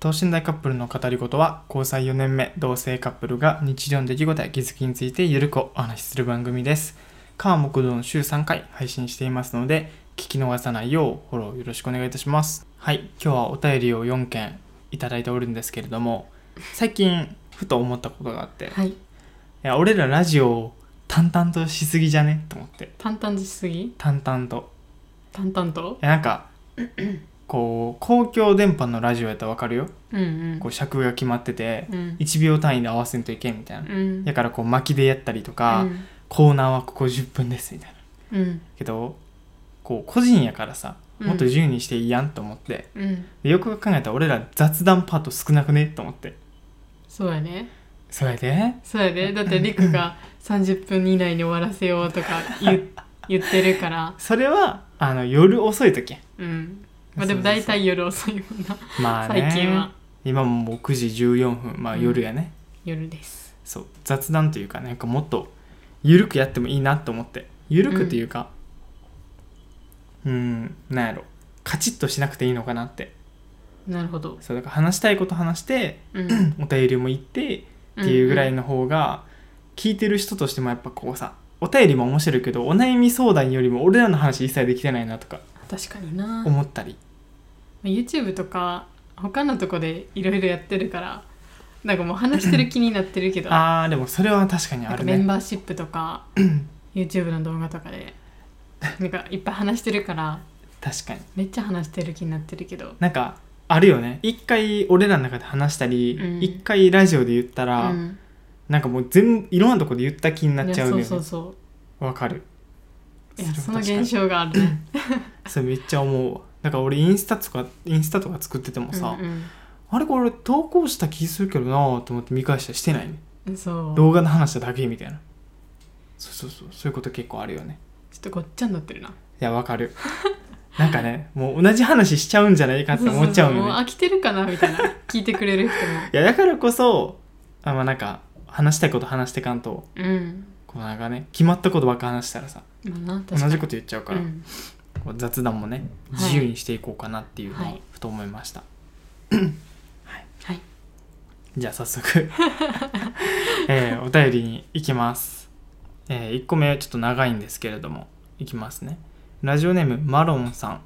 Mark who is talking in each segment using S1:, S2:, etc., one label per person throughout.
S1: 等身大カップルの語り事は交際4年目同性カップルが日常の出来事や気づきについてゆるくお話しする番組です川木道の週3回配信していますので聞き逃さないようフォローよろしくお願いいたしますはい今日はお便りを4件いただいておるんですけれども最近ふと思ったことがあってい
S2: はい
S1: や俺らラジオを淡々としすぎじゃねと思って
S2: 淡々としすぎ
S1: 淡々と
S2: 淡々と
S1: いやなんかこう公共電波のラジオやったらわかるよ
S2: うんうん
S1: こう尺が決まってて
S2: うん
S1: 1秒単位で合わせんといけんみたいな
S2: うん
S1: だからこう巻きでやったりとか、
S2: うん
S1: コーナーはここ10分ですみたいな
S2: うん
S1: けどこう個人やからさ
S2: うん
S1: もっと自由にしていいやんと思って、
S2: うん
S1: でよく考えたら俺ら雑談パート少なくねと思って
S2: そうやね
S1: それで
S2: そうやでだってりくが30分以内に終わらせようとか言 う言ってるから
S1: それはあの夜遅い時や
S2: うんまあでも大体夜遅いもんな
S1: まあね
S2: 最近は
S1: 今ももう9時14分まあ
S2: うん
S1: 夜やね、
S2: 夜です
S1: そう雑談というかなんかもっと緩くやってもいいなと思って緩くというかうんなんやろカチッとしなくていいのかなって
S2: なるほど
S1: そうだから話したいこと話して
S2: うん
S1: お便りも言ってっていうぐらいの方が聞いてる人としてもやっぱこうさお便りも面白いけどお悩み相談よりも俺らの話一切できてないなとか
S2: 確かにな
S1: 思ったり
S2: YouTube とか他のとこでいろいろやってるからなんかもう話してる気になってるけど
S1: あーでもそれは確かに
S2: な
S1: あ
S2: んか
S1: る
S2: メン
S1: ね
S2: バーシップ とか YouTube の動画とかでなんかいっぱい話してるから
S1: 確かに
S2: めっちゃ話してる気になってるけど
S1: なんかあるよね一回俺らの中で話したり
S2: うん
S1: 一、回ラジオで言ったら、
S2: うん
S1: なんかもう全部いろんなとこで言った気になっちゃうん
S2: い
S1: だ
S2: や
S1: よ
S2: そう
S1: ね
S2: そうそ
S1: わかる
S2: ういやそ
S1: れ
S2: の
S1: は確かに
S2: 現象があるね
S1: それめっちゃ思うわだから俺インスタとかインスタとか作っててもさ、
S2: うん
S1: あれこれ投稿した気するけどなぁと思って見返したらしてないね
S2: うんそうちょ
S1: 動画の話しただけみたいなそうそうそうそういうこと結構あるよね
S2: っとごっちゃになってるない
S1: やわ かるなんかねもう同じ話しちゃうんじゃないかって思っちゃう
S2: そ
S1: よね
S2: そもう飽きてるかなみたいな聞いてくれる人も
S1: いやだからこそあまあなんか話したいこと話してかんと
S2: うん
S1: こうなんかね決まったことばっか話したらさ
S2: まあな確か
S1: 同
S2: に
S1: じこと言っちゃうから、
S2: うん
S1: こう雑談もね
S2: はい
S1: 自由にしていこうかなっていうの
S2: は
S1: を
S2: い
S1: ふと思いました、はい、
S2: はい
S1: じゃあ早速、 えーお便りに行きます、え1個目ちょっと長いんですけれどもいきますねラジオネームマロンさん、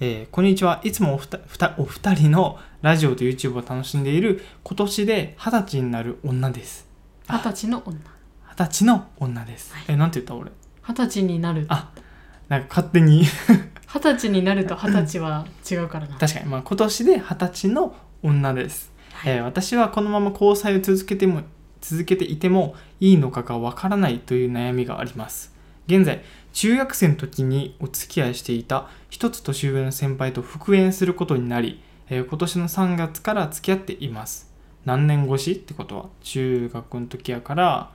S1: えーこんにちはいつもおふたふたお二人のラジオと YouTube を楽しんでいる今年で二十歳になる女です
S2: 二十歳の女
S1: 二十歳の女です、えなんて言った俺
S2: 二十歳になる
S1: あなんか勝手に
S2: 二十歳になると二十歳は違うからな
S1: 確かに、まあ、今年で二十歳の女です、
S2: はい
S1: えー私はこのまま交際を続けても続けていてもいいのかがわからないという悩みがあります現在中学生の時にお付き合いしていた一つ年上の先輩と復縁することになり、えー今年の3月から付き合っています何年越しってことは中学の時やから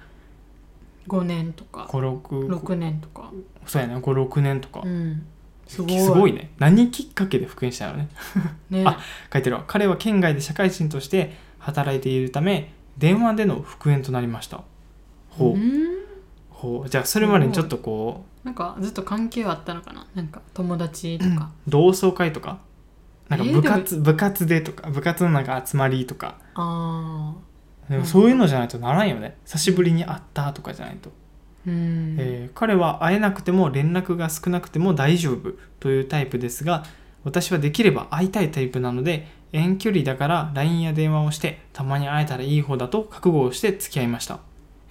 S2: 五年とか
S1: 56
S2: 六年とか
S1: そうやね56年とか、
S2: うんすごい
S1: すごいね何きっかけで復縁したのね
S2: ね
S1: あ書いてるわ彼は県外で社会人として働いているため電話での復縁となりましたほう、
S2: うん
S1: ほうじゃあそれまでにちょっとこ
S2: なんかずっと関係はあったのかななんか友達とか、
S1: う同窓会とかなんか
S2: えー
S1: 部活、部活でとか部活のなんか集まりとか
S2: あ
S1: で
S2: う
S1: も
S2: ん
S1: そういうのじゃないとならんよね久しぶりに会ったとかじゃないと、
S2: あうん、
S1: えー彼は会えなくても連絡が少なくても大丈夫というタイプですが私はできれば会いたいタイプなので遠距離だから LINE や電話をしてたまに会えたらいい方だと覚悟をして付き合いました、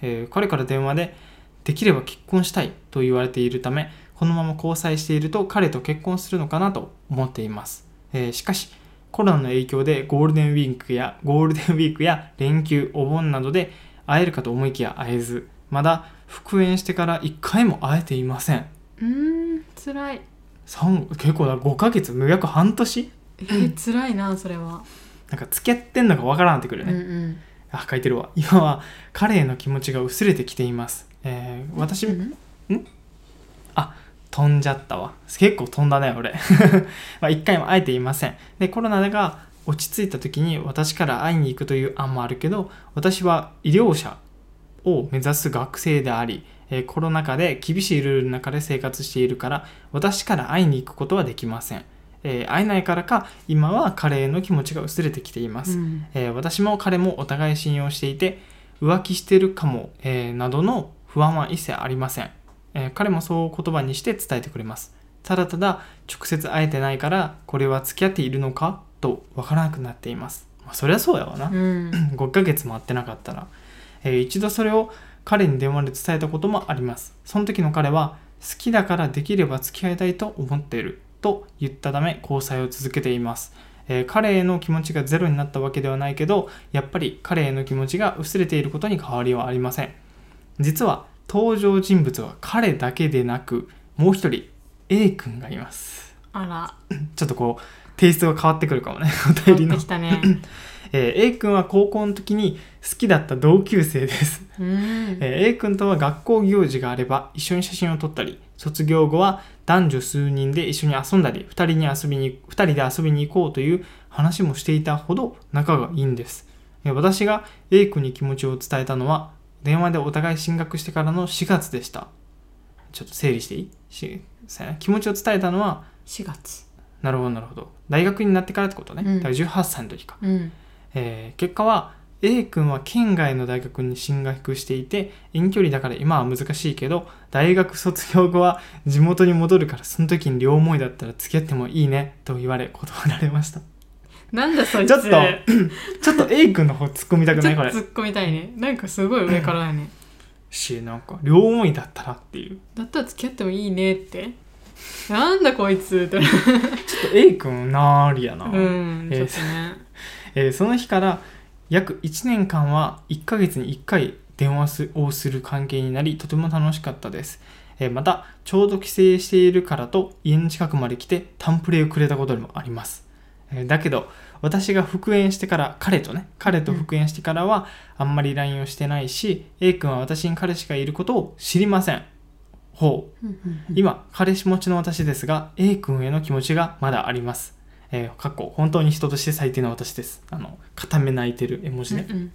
S1: えー彼から電話でできれば結婚したいと言われているためこのまま交際していると彼と結婚するのかなと思っています、えーしかしコロナの影響でゴールデンウィークやゴールデンウィークや連休お盆などで会えるかと思いきや会えずまだ復縁してから1回も会えていません
S2: うーんつらい
S1: 三結構だ5ヶ月約半年
S2: えー、つらいなそれは
S1: なんか付き合ってんのかわからんってく
S2: う
S1: る
S2: ん
S1: ね、
S2: うん
S1: あ書いてるわ今は彼への気持ちが薄れてきています、えー私
S2: うん
S1: 飛んじゃったわ結構飛んだね俺 まあ一回も会えていませんでコロナが落ち着いた時に私から会いに行くという案もあるけど私は医療者を目指す学生であり、えーコロナ禍で厳しいルールの中で生活しているから私から会いに行くことはできません、えー会えないからか今は彼への気持ちが薄れてきています、
S2: うん
S1: えー私も彼もお互い信用していて浮気してるかも、えーなどの不安は一切ありません、えー彼もそう言葉にして伝えてくれますただただ直接会えてないからこれは付き合っているのかとわからなくなっています、まあ、そりゃそうやわな、
S2: うん
S1: 5ヶ月も会ってなかったら、えー一度それを彼に電話で伝えたこともありますその時の彼は好きだからできれば付き合いたいと思っていると言ったため交際を続けています、えー彼への気持ちがゼロになったわけではないけどやっぱり彼への気持ちが薄れていることに変わりはありません実は登場人物は彼だけでなくもう一人 A 君がいます
S2: あ
S1: ちょっとこうテイストが変わってくるかもねお便
S2: ら持
S1: り
S2: っ
S1: の
S2: てきたね
S1: えー A 君は高校の時に好きだった同級生です、
S2: うん
S1: えー A 君とは学校行事があれば一緒に写真を撮ったり卒業後は男女数人で一緒に遊んだり2人に遊びに二人で遊びに行こうという話もしていたほど仲がいいんです、えー私が A 君に気持ちを伝えたのは電話でお互い進学してからの4月でしたちょっと整理していいしそうやな気持ちを伝えたのは
S2: 4月
S1: なるほどなるほど大学になってからってことね、
S2: うん
S1: だから18歳の時か
S2: うん
S1: えー結果は A 君は県外の大学に進学していて遠距離だから今は難しいけど大学卒業後は地元に戻るからその時に両思いだったら付き合ってもいいねと言われ断られました
S2: なんだそいつ
S1: ちょっと ちょっと A 君の方突っ込みたく
S2: ち
S1: ない
S2: ょっと
S1: これ
S2: 突っ込みたいねなんかすごい上からやね
S1: しなんか両思いだったらっていう
S2: だったら付き合ってもいいねってなんだこいつって
S1: ちょっと A 君なーりやな、
S2: うんち
S1: え
S2: ょ
S1: ー
S2: っとね
S1: えーその日から約1年間は1ヶ月に1回電話をする関係になりとても楽しかったです、えーまたちょうど帰省しているからと家の近くまで来てタンプレをくれたことにもあります、えーだけど私が復縁してから彼とね彼と復縁してからはあんまり LINE をしてないし、A 君は私に彼氏がいることを知りませんほう今彼氏持ちの私ですが A 君への気持ちがまだあります、えー、かっこ本当に人として最低な私ですあの固め泣いてる絵文字ね、
S2: うん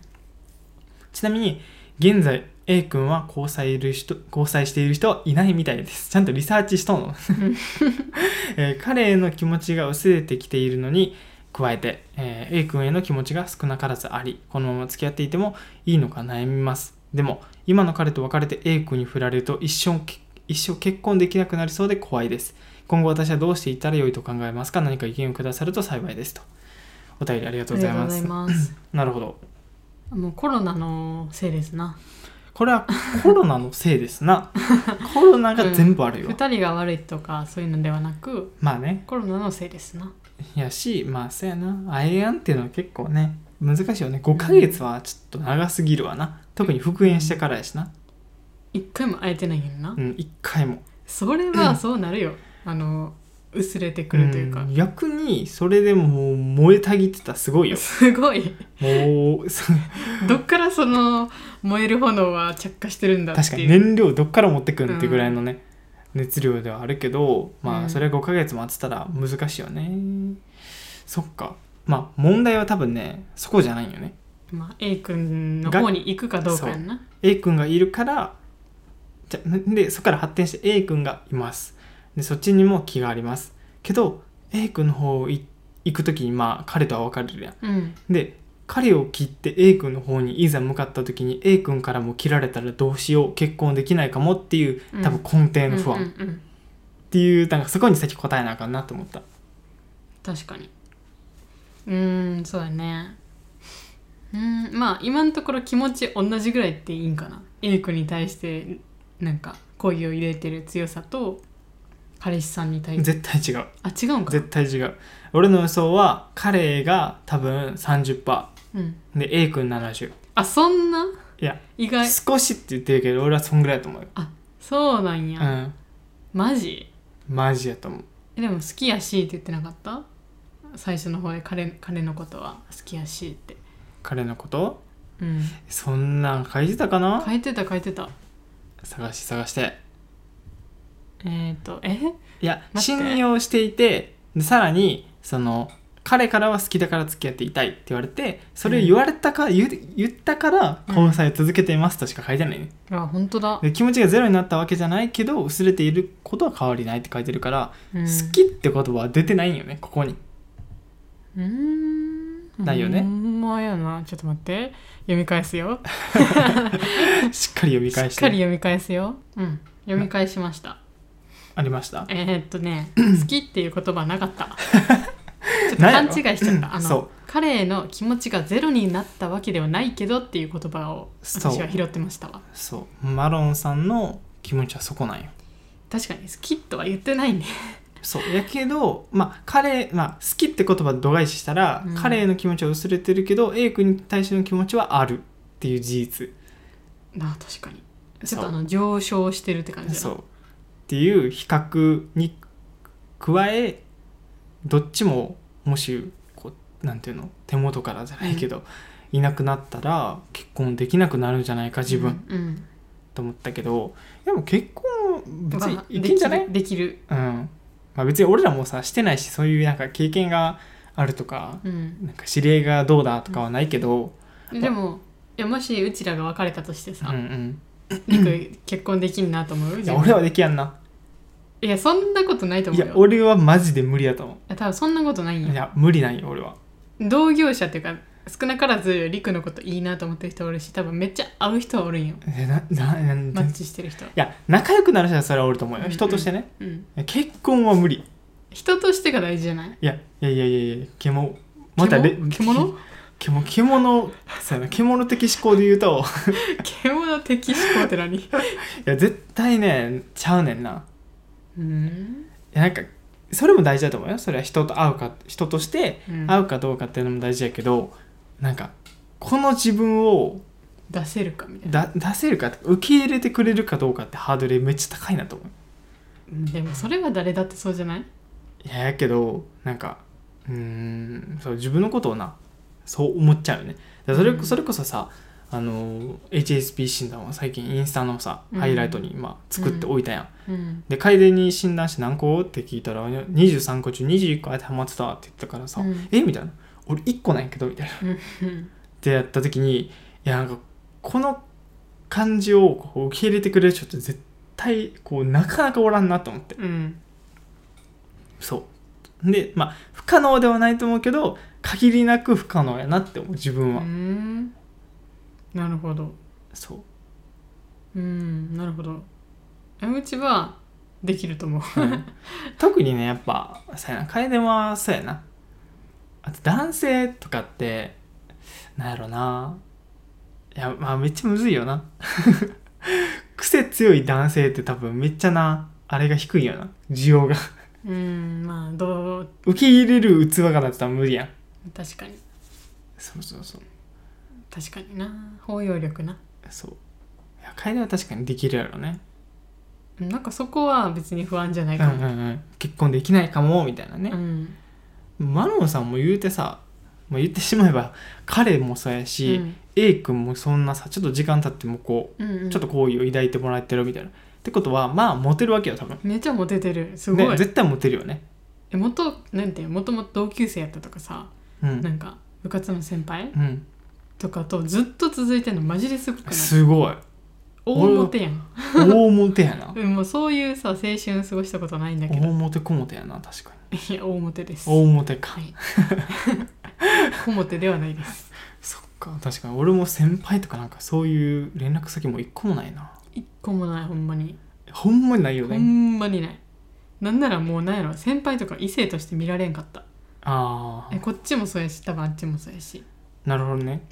S1: ちなみに現在 A 君は交際いる人交際している人はいないみたいですちゃんとリサーチしと んの、えー彼への気持ちが薄れてきているのに加えて、えー A 君への気持ちが少なからずありこのまま付き合っていてもいいのか悩みますでも今の彼と別れて A 君に振られると一生け一生結婚できなくなりそうで怖いです今後私はどうしていったらよいと考えますか何か意見をくださると幸いですとお便りありがと
S2: あ
S1: う
S2: り
S1: ござ
S2: が
S1: い
S2: とう
S1: ま
S2: ござ
S1: す
S2: います
S1: なるほど
S2: もうコロナのせいですな
S1: これはコロナのせいです なコロナが全部あるよ、
S2: 2人が悪いとかそういうのではなく
S1: まあね
S2: コロナのせいですな
S1: やしまあそうやなアイアンっていうのは結構ね難しいよね5ヶ月はちょっと長すぎるわな特に復縁してからやしな
S2: 一回も会えてないんな、
S1: うん1回も
S2: それはそうなるよあの薄れてくるというか、
S1: ん逆にそれでもう燃えたぎってたらすごいよ
S2: すごい
S1: もう そう
S2: どっからその燃える炎は着火してるんだっていう
S1: 確かに燃料どっから持ってくんってぐらいのね、熱量ではあるけどま
S2: う
S1: あ
S2: ん
S1: それ5ヶ月も待ってたら難しいよね、そっかまあ問題は多分ねそこじゃないよね
S2: まあ、A 君の方に行くかどうかやんな
S1: A 君がいるからじゃでそこから発展して A 君がいますでそっちにも気がありますけど A 君の方い行く時にまあ彼とは別れるやん
S2: うん
S1: で彼を切って A 君の方にいざ向かった時に A 君からも切られたらどうしよう結婚できないかもっていう
S2: うん
S1: 多分根底の不
S2: うんう
S1: 安
S2: んう
S1: っ
S2: ん
S1: ていうなんかそこに先答えなあかんなと思った
S2: 確かにうーんそうだねうーんまあ今のところ気持ち同じぐらいっていいんかな A 君に対してなんか恋を入れてる強さと彼氏さんに対して
S1: 絶対違う
S2: あ違うんかな
S1: 絶対違う俺の予想は彼が多分30%
S2: うん、
S1: で A 君70
S2: あそんない
S1: や
S2: 意外
S1: 少しって言ってるけど俺はそんぐらいだと思うよ
S2: あそうなんや、
S1: うん
S2: マジ
S1: マジやと思う
S2: えでも好きやしって言ってなかった最初の方で彼彼のことは好きやしって
S1: 彼のこと
S2: うん
S1: そんなん書いてたかな
S2: 書いてた書いてた
S1: 探して探して
S2: えっ、ー、とえ
S1: いや
S2: 待って
S1: 信用していてでさらにその彼からは好きだから付き合っていたいって言われてそれを言われたか、言う言ったから交際を続けていますとしか書いてないね、
S2: あ本当だ、
S1: で気持ちがゼロになったわけじゃないけど薄れていることは変わりないって書いてるから、
S2: うん、
S1: 好きって言葉は出てないんよねこ こに
S2: うーん
S1: ないよね
S2: ほんまやなちょっと待って読み返すよ
S1: しっかり読み
S2: しっ
S1: 返し
S2: かり
S1: て
S2: 読み返すようん読み返しました
S1: ありました
S2: えー、っとね好きっていう言葉な かったちょっと
S1: ない
S2: 勘違いしちゃったあ
S1: そ
S2: の
S1: う
S2: 彼への気持ちがゼロになったわけではないけどっていう言葉を
S1: そう
S2: 私は拾ってましたわ
S1: そうマロンさんの気持ちはそこなんよ
S2: 確かに好きとは言ってないね
S1: そうやけど、まあ、彼、まあ、好きって言葉度外視したら、
S2: うん
S1: 彼への気持ちは薄れてるけど A 君に対しての気持ちはあるっていう事実
S2: なあ確かにちょ
S1: そう
S2: っとあの上昇してるって感じだ
S1: そう
S2: な
S1: っていう比較に加えどっちももしこうなんていうの手元からじゃないけど、いなくなったら結婚できなくなるんじゃないか自分、
S2: うん、
S1: と思ったけどでも結婚
S2: うん
S1: 別に
S2: まあ
S1: いけんじゃない
S2: できる
S1: うんまあ、別に俺らもさしてないしそういうなんか経験があるとか
S2: できるうん
S1: なんか知り合いがどうだとかはないけど、
S2: でもいやもしうちらが別れたとして
S1: うん、
S2: さ
S1: う、ん
S2: りく結婚できんなと思う
S1: いや俺はできやんない
S2: やそんなことないと
S1: い
S2: 思う
S1: や
S2: よ
S1: 俺はマジで無理やと思
S2: 多分そんなことないうん
S1: い
S2: よ
S1: や無理なんよ俺は
S2: 同業者っていうか少なからずりくのこといいなと思ってる人おるし多分めっちゃ会う人はおるんよ
S1: えななな
S2: マ
S1: な
S2: ッ
S1: い
S2: チしてる人は
S1: や仲良くなる人はそれはおると思うよ、
S2: うんうん
S1: 人としてね
S2: うん
S1: 結婚は無理
S2: 人としてが大事じゃない
S1: いやいやいやいやいや獣またれ
S2: 獣獣
S1: 獣獣そうやな獣的思考で言うと
S2: 獣的思考って何
S1: いや絶対ねちゃうねんな
S2: うん、
S1: いやなんかそれも大事だと思うよそれは人と会うか人として
S2: うん、
S1: 会うかどうかっていうのも大事やけどなんかこの自分を
S2: 出せるかみたいな
S1: だ出せるかって受け入れてくれるかどうかってハードルめっちゃ高いなと思う
S2: うんでもそれは誰だってそうじゃない
S1: いややけどなんかうーんそう自分のことをなそう思っちゃうよねだそれ,、
S2: うん
S1: それこそさあの HSP 診断は最近インスタのさ、
S2: うん
S1: ハイライトに今作っておいたやん、
S2: うん
S1: で楓に診断して何個って聞いたら23個中21個当てはまってたって言ったからさ、
S2: うん
S1: えみたいな俺1個なんやけどみたいな
S2: うん
S1: ってやった時にいやなんかこの感じをこう受け入れてくれる人って絶対こうなかなかおらんなと思って
S2: うん
S1: そうでまあ不可能ではないと思うけど限りなく不可能やなって思う自
S2: う
S1: 分は、
S2: んなるほど
S1: そう
S2: うんなるほどえうちはできると思う
S1: 特にねやっぱそうやな楓はそうやなあと男性とかってなんやろないやまあめっちゃむずいよな 癖強い男性って多分めっちゃなあれが低いよな需要が
S2: うんまあどう
S1: 受け入れる器がなってたら無理やん
S2: 確かに
S1: そうそうそう
S2: 確かにな包容力な
S1: そういや楓は確かにできるやろね
S2: うんなんかそこは別に不安じゃな
S1: う
S2: い
S1: ん
S2: か
S1: うん
S2: も、
S1: うん結婚できないかもみたいな
S2: う
S1: ね、
S2: ん
S1: マロンさんも言うてさ、まあ、言ってしまえば彼もそうや
S2: う
S1: し、
S2: ん
S1: A 君もそんなさちょっと時間経ってもこ
S2: うんう、
S1: うんちょっと好意を抱いてもらってるみたいな、ってことはまあモテるわけよ多分
S2: めっちゃモテてるすごい、
S1: ね絶対モテるよね
S2: え元なんてもともと同級生やったとかさ、
S1: うん
S2: なんか部活の先輩
S1: うん、
S2: とかとずっと続いてるのマジですごくない
S1: すごい
S2: 大モテやん
S1: 大モテやな
S2: でもそう いうさ青春過ごしたことないんだけ
S1: 大
S2: ど
S1: モテ小モテやな確かに
S2: いや大モテです
S1: 大モテか
S2: はい小モテではないです
S1: そっか確かに俺も先輩とかなんかそういう連絡先も一個もないな
S2: 一個もないほんまに
S1: ほんまにないよ
S2: ほ
S1: ね
S2: んまにないなんならもうなんやろ先輩とか異性として見られんかった
S1: あ
S2: えこっちもそうやし多分あっちもそうやし
S1: あなるほどね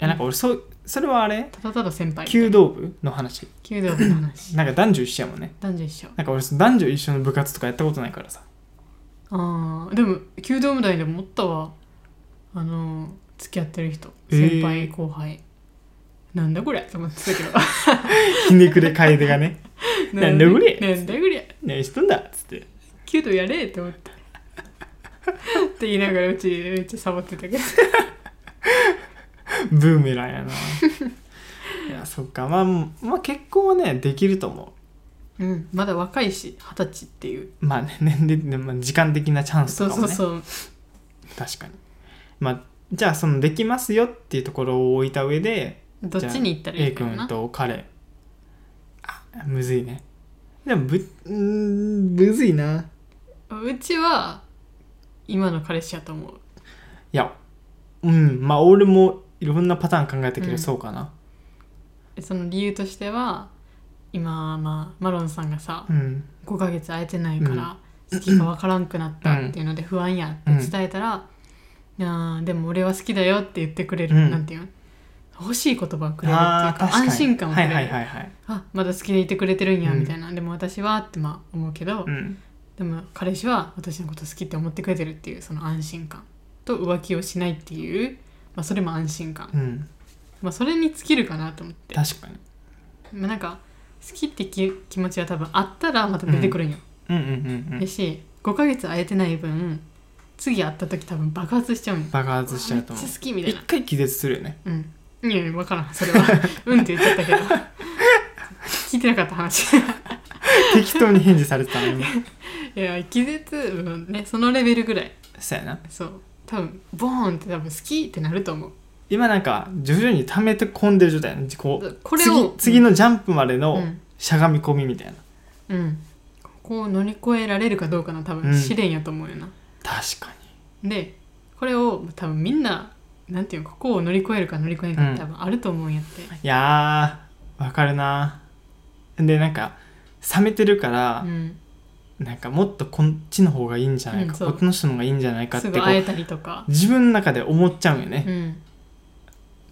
S1: いやなんか俺そそれはあれ
S2: ただただ先輩
S1: 弓道部の話
S2: 弓道部の 話
S1: なんか男女一緒やもんね
S2: 男女一緒
S1: なんか俺男女一緒の部活とかやったことない からさ
S2: あーでも弓道部内でもおったわあのー付き合ってる人
S1: えー
S2: 先輩、後輩なんだこりゃと思ってたけど
S1: ひねくれ楓が ね なんだこりゃ
S2: なんだこりゃ
S1: 何しとんだっつって
S2: 弓道やれって思って って言いながらうちめっちゃサボってたけど
S1: ブーメラン やないやそっかまあ、まあ、結婚はねできると思
S2: うんまだ若いし二十歳っていう
S1: うまあね年齢、ねまあ、時間的なチャンス
S2: そ
S1: と
S2: う
S1: か
S2: そ
S1: も
S2: う
S1: ね
S2: そう
S1: 確かにまあじゃあそのできますよっていうところを置いた上で
S2: どっちに行ったらい
S1: A
S2: いかな
S1: 君と彼あむずいねでもぶうーんむずいな
S2: うちは今の彼氏やと思う
S1: いやうんまあ俺もいろんなパターン考えたけど、
S2: うん
S1: そうかな
S2: その理由としては今、まあ、マロンさんがさ
S1: うん
S2: 5ヶ月会えてないから好きが分からんくなったっていうので不安やって伝えたら「いやーでも俺は好きだよ」って言ってくれる、
S1: うん
S2: なんていうの欲しい言葉をくれるっていう
S1: あ
S2: か
S1: あー確かに
S2: 安心感を
S1: は
S2: くれ
S1: い
S2: る、
S1: はいはいはい
S2: あまだ好きでいてくれてるんや
S1: うん
S2: みたいな、でも私はってまあ思うけど、
S1: うん
S2: でも彼氏は私のこと好きって思ってくれてるっていうその安心感と浮気をしないっていう、まあ、それも安心感、
S1: うん
S2: まあ、それに尽きるかなと思って、ま
S1: 確かに
S2: あ、なんか好きってき気持ちは多分あったらまた出てくるんよ、
S1: うんうんうんう
S2: や
S1: ん
S2: し5ヶ月会えてない分次会った時多分爆発しちゃうんよ
S1: 爆発しちゃうと思う
S2: めっちゃ好きみたい
S1: 一
S2: な
S1: 回気絶するよね
S2: うんいやいや分からんそれは うんって言っちゃったけど聞いてなかった話 い
S1: 適当に返 事されてたの今
S2: や気絶、うん、ねそのレベルぐらい
S1: そうやな
S2: そう多分ボーンって多分好きってなると思う
S1: 今なんか徐々に溜めて込んでる状態なのこう
S2: これを
S1: 次次のジャンプまで
S2: う
S1: の
S2: ん、
S1: しゃがみ込みみたいな、
S2: うんここを乗り越えられるかどうかな多
S1: うん
S2: 分試練やと思うよな、
S1: 確か
S2: でこれを多分みんななんていうのここを乗り越えるか乗り越えないか
S1: うん
S2: 多分あると思うんやって、
S1: にいやーわかるなでなんか冷めてるから
S2: う、ん、
S1: なんかもっとこっちの方がいいんじゃないか、
S2: うんそう
S1: こっちの人の方がいいんじゃないかって
S2: す
S1: こう
S2: ぐ会えたりとか、
S1: 自分の中で思っちゃうよね、
S2: うん、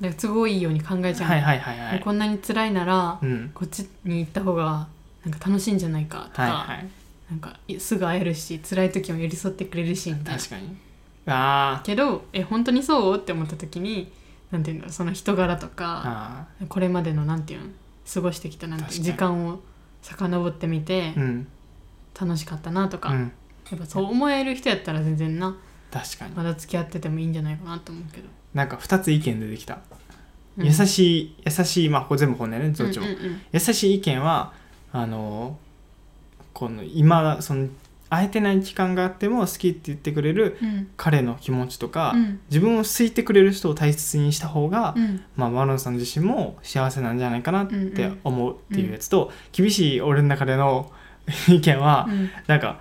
S2: だから都合いいように考えちゃう、
S1: はいはいはいは
S2: もう
S1: い
S2: こんなに辛いなら
S1: うん
S2: こっちに行った方がなんか楽しいんじゃないかとか、
S1: はいはい
S2: なんかすぐ会えるし辛い時も寄り添ってくれるしみたいな
S1: 確かにあー
S2: けどえ本当にそうって思った時になんていうんだろうその人柄とか
S1: あ
S2: これまでのなんていうん過ごしてきたなんて
S1: 確かに
S2: 時間を遡ってみて
S1: ーうん
S2: 楽しかったなと
S1: う
S2: か、
S1: ん
S2: やっぱそう思える人やったら全然な
S1: 確かに
S2: まだ付き合っててもいいんじゃないかなと思うけど、
S1: なんか2つ意見出てきた、
S2: うん
S1: 優しい優しいまあこれ全部本音ねどっちも、
S2: うんうんうん
S1: 優しい意見はあのこの今その会えてない期間があっても好きって言ってくれる
S2: うん
S1: 彼の気持ちとか、
S2: うん
S1: 自分を好いてくれる人を大切にした方が、
S2: うん
S1: まあ、マロンさん自身も幸せなんじゃないかなっ
S2: うん
S1: て思うっていうやつと、厳しい俺の中での 意見は、
S2: うん
S1: なんか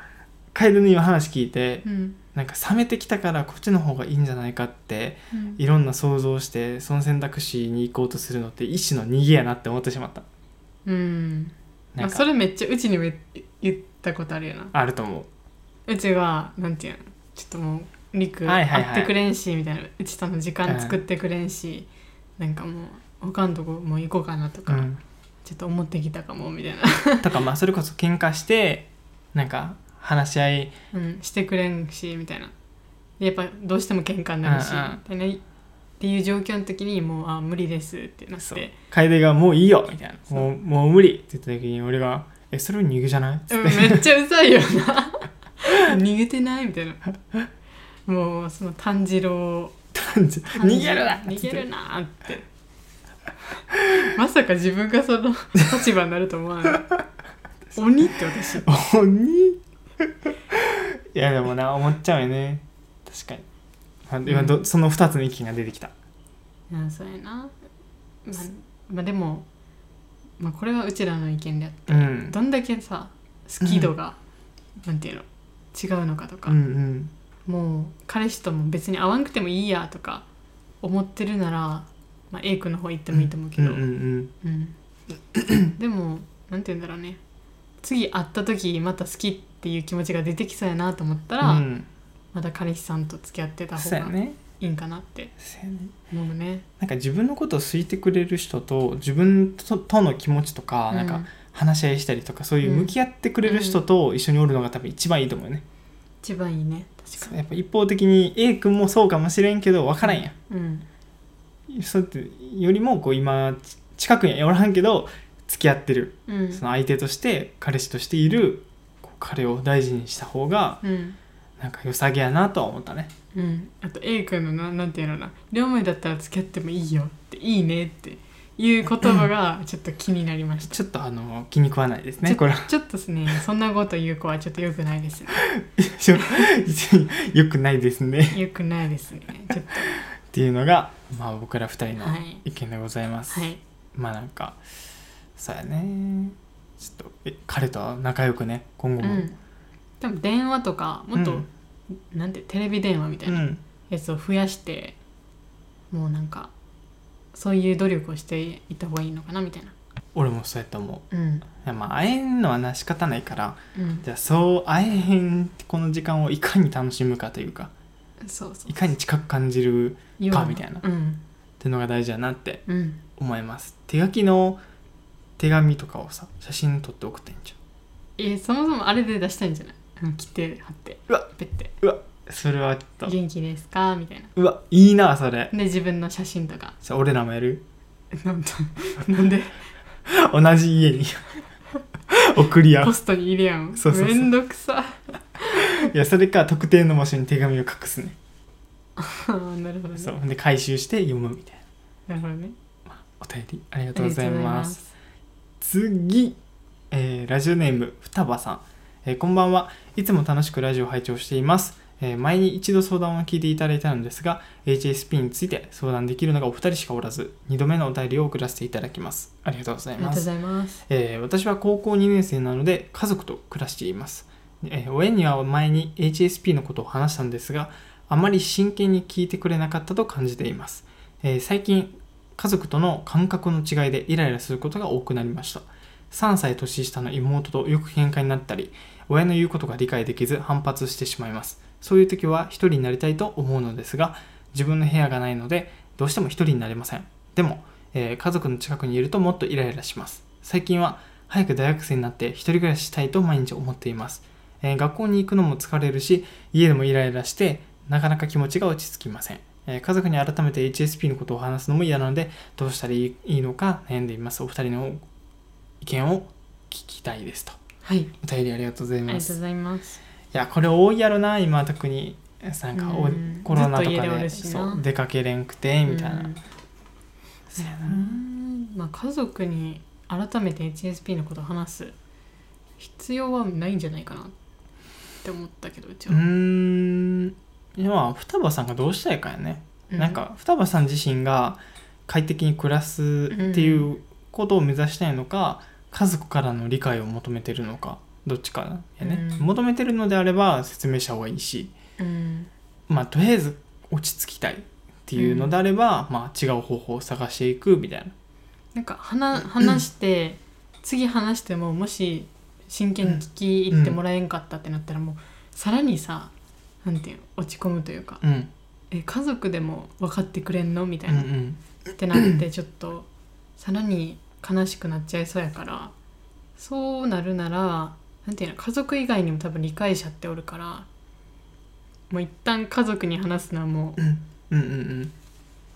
S1: 楓の今話聞いて
S2: うん
S1: なんか冷めてきたからこっちの方がいいんじゃないかって
S2: うん
S1: いろんな想像をしてその選択肢に行こうとするのって一種の逃げやなって思ってしまった
S2: うん
S1: なんか
S2: あそれめっちゃうちにも言ったことあるよな
S1: あると思う
S2: うちがなんていうのちょっともうりく
S1: はいはいはい
S2: 会ってくれんしみたいなうちとの時間作ってくれんし、なんかもう他のとこも行こうかなとか、ちょっと思ってきたかもみたいな、
S1: とかまあそれこそ喧嘩してなんか話し合い
S2: うん、してくれんしみたいなでやっぱどうしても喧嘩になる
S1: う
S2: し、みたいなっていう状況の時にもうあ無理ですってなっ
S1: そう
S2: て
S1: 楓が「もういいよ」みたいな「
S2: そう
S1: もうもう無理」って言った時に俺が「えそれ逃げじゃない?」っつ
S2: うん
S1: っ
S2: め
S1: て
S2: っちゃうざいよな 逃げてないみたいなもうその炭治郎
S1: 感じ逃げる なっ
S2: 逃
S1: つっ
S2: げ
S1: て
S2: るなってまさか自分がその立場になると思わない鬼って私
S1: 鬼 いやでもな思っちゃうよね確かにあ今ど、その2つの意見が出てきた
S2: うんそうやな、まあ、まあでも、まあ、これはうちらの意見であって
S1: うん
S2: どんだけさ好き度が、なんていうの違うのかと
S1: う
S2: か、
S1: んうん
S2: もう彼氏とも別に会わんくてもいいやとか思ってるなら、まあ、A 君の方行ってもいいと思うけど、
S1: うんうんうん
S2: うん、 でもなんて言うんだろうね次会った時また好きっていう気持ちが出てきそうやなと思ったら、
S1: うん
S2: また彼氏さんと付き合ってた方
S1: そうや
S2: が
S1: ね
S2: いいんかなって
S1: そうやね
S2: 思うね。
S1: なんか自分のことを好いてくれる人と自分ととの気持ちとかなん
S2: う
S1: か話し合いしたりとかそういう向き合ってくれる人と一緒におるのが多分一番いいと思うよね、
S2: 一番いいね確か
S1: やっぱ一方的に A 君もそうかもしれんけど分からんや、
S2: に。うん
S1: ん、そうやってよりもこう今ち近くにはおらんけど付き合ってる
S2: うん
S1: その相手として彼氏としているこう彼を大事にした方が
S2: うん
S1: なんか良さげやなとは思ったね
S2: うん、あと A 君のななんていうのかな両思いだったら付き合ってもいいよっていいねっていう言葉がちょっと気になりました
S1: ちょっとあの気に食わないですね
S2: ちょ
S1: これは
S2: ちょっとですねそんなこと言う子はちょっと良くないですね
S1: よくないですね
S2: 良くないですねちょ
S1: っ
S2: っ
S1: ていうのが、まあ、僕ら二人の
S2: とはい
S1: 意見でございます、
S2: はい
S1: まあなんかそうやねちょっとえ彼とは仲良くね今後
S2: う
S1: も、
S2: ん多分電話とかもっと、
S1: うん
S2: なんてテレビ電話みたいな
S1: うん
S2: やつを増やしてもうなんかそういう努力をしていった方がいいのかなみたいな
S1: 俺もそうやと思う
S2: うん
S1: いやまあ会えんのはな仕方ないから
S2: うん
S1: じゃあそう会えへんこの時間をいかに楽しむかというか
S2: そうそう
S1: いかに近く感じるっ
S2: 言わ
S1: みたいな
S2: うん
S1: ていうのが大事だなって
S2: うん
S1: 思います手書きの手紙とかをさ写真撮って送ってんじ
S2: えそもそもあれで出したいんじゃないあの切って貼って
S1: うわ
S2: ペッて
S1: ゃんそれはちょ
S2: 「
S1: っと
S2: 元気ですか?」みたいな
S1: うわいいなそれ
S2: で自分の写真とか
S1: じゃあ俺らもやる
S2: なんとなんで
S1: 同じ家に 送り合
S2: ポ
S1: う
S2: ストに入れやん
S1: そうそうそう
S2: めんどくさ
S1: いやそれか特定の場所に手紙を隠すね
S2: あーなるほどね
S1: そうで回収して読むみたいな
S2: なるほどね
S1: お便りあり
S2: あ
S1: がとうございます次、えーラジオネーム双葉さん、えーこんばんはいつも楽しくラジオを拝聴しています、えー前に一度相談を聞いていただいたのですが HSP について相談できるのがお二人しかおらず2度目のお便りを送らせていただきますありがとうござ
S2: あ
S1: い
S2: りが
S1: ま
S2: とうご
S1: す
S2: ざいます
S1: えー私は高校2年生なので家族と暮らしています、えー親には前に HSP のことを話したんですがあまり真剣に聞いてくれなかったと感じています、えー最近家族との感覚の違いでイライラすることが多くなりました3歳年下の妹とよく喧嘩になったり親の言うことが理解できず反発してしまいますそういう時は一人になりたいと思うのですが自分の部屋がないのでどうしても一人になれませんでも、えー家族の近くにいるともっとイライラします最近は早く大学生になって一人暮らししたいと毎日思っています、えー学校に行くのも疲れるし家でもイライラしてなかなか気持ちが落ち着きません、えー家族に改めて HSP のことを話すのも嫌なのでどうしたらいいいいのか悩んでいますお二人の意見を聞きたいですと
S2: はい
S1: お便りありがとうござい
S2: あり
S1: ま
S2: が
S1: す
S2: とうございます
S1: いやこれ多いやろな今特になんかお
S2: うん
S1: コロナと
S2: ずっと家で
S1: か
S2: お
S1: で
S2: るしな
S1: そう出かけれんくてみたいな、
S2: うん
S1: そうや
S2: うーんまあ家族に改めて HSP のことを話す必要はないんじゃないかなって思ったけどうち
S1: うー
S2: は、
S1: ん今双葉さんがどうしたいかやね、
S2: う
S1: なんか双葉さん自身が快適に暮らすっていうことを目指したいのか、家族からの理解を求めてるのかどっちかやね、
S2: うん
S1: 求めてるのであれば説明した方がいいし
S2: うん
S1: まあとりあえず落ち着きたいっていうのであれば、まあ違う方法を探していくみたいな
S2: なんか話話して次話してももし真剣に聞き入ってもらえんかったってなったらもうさらにさなんていうの落ち込むというか
S1: うん
S2: え家族でも分かってくれんのみた
S1: う
S2: い
S1: んう
S2: な、
S1: ん
S2: ってなってちょっとさらに悲しくなっちゃいそうやからそうなるならなんていうの家族以外にも多分理解者っておるからもう一旦家族に話すのはも
S1: うんうんうん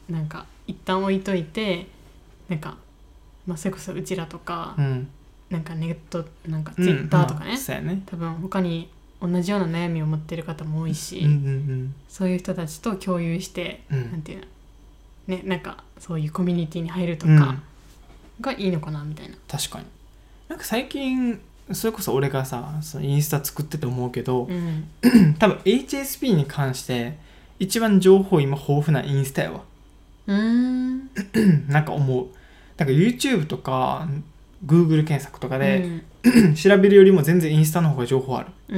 S2: うなんか一旦置いといてなんか、まあ、それこそうちらとか、
S1: うん
S2: なんかネットなんか
S1: う
S2: ツ
S1: ん
S2: イッターとかね、
S1: まあそうやね
S2: 多分他に同じような悩みを持ってる方も多いし、
S1: うんうん
S2: そういう人たちと共有して、
S1: うんう
S2: なん
S1: ん
S2: ていうのねなんかそういうコミュニティに入ると
S1: うん
S2: かがいいのかなみたいな。
S1: 確かになんか最近それこそ俺がさそのインスタ作ってて思うけど、
S2: うん
S1: 多分 HSP に関して一番情報今豊富なインスタやわ
S2: うーん
S1: なんか思うなんか YouTube とか Google 検索とか
S2: う
S1: で、
S2: ん
S1: 調べるよりも全然インスタの方が情報ある
S2: うー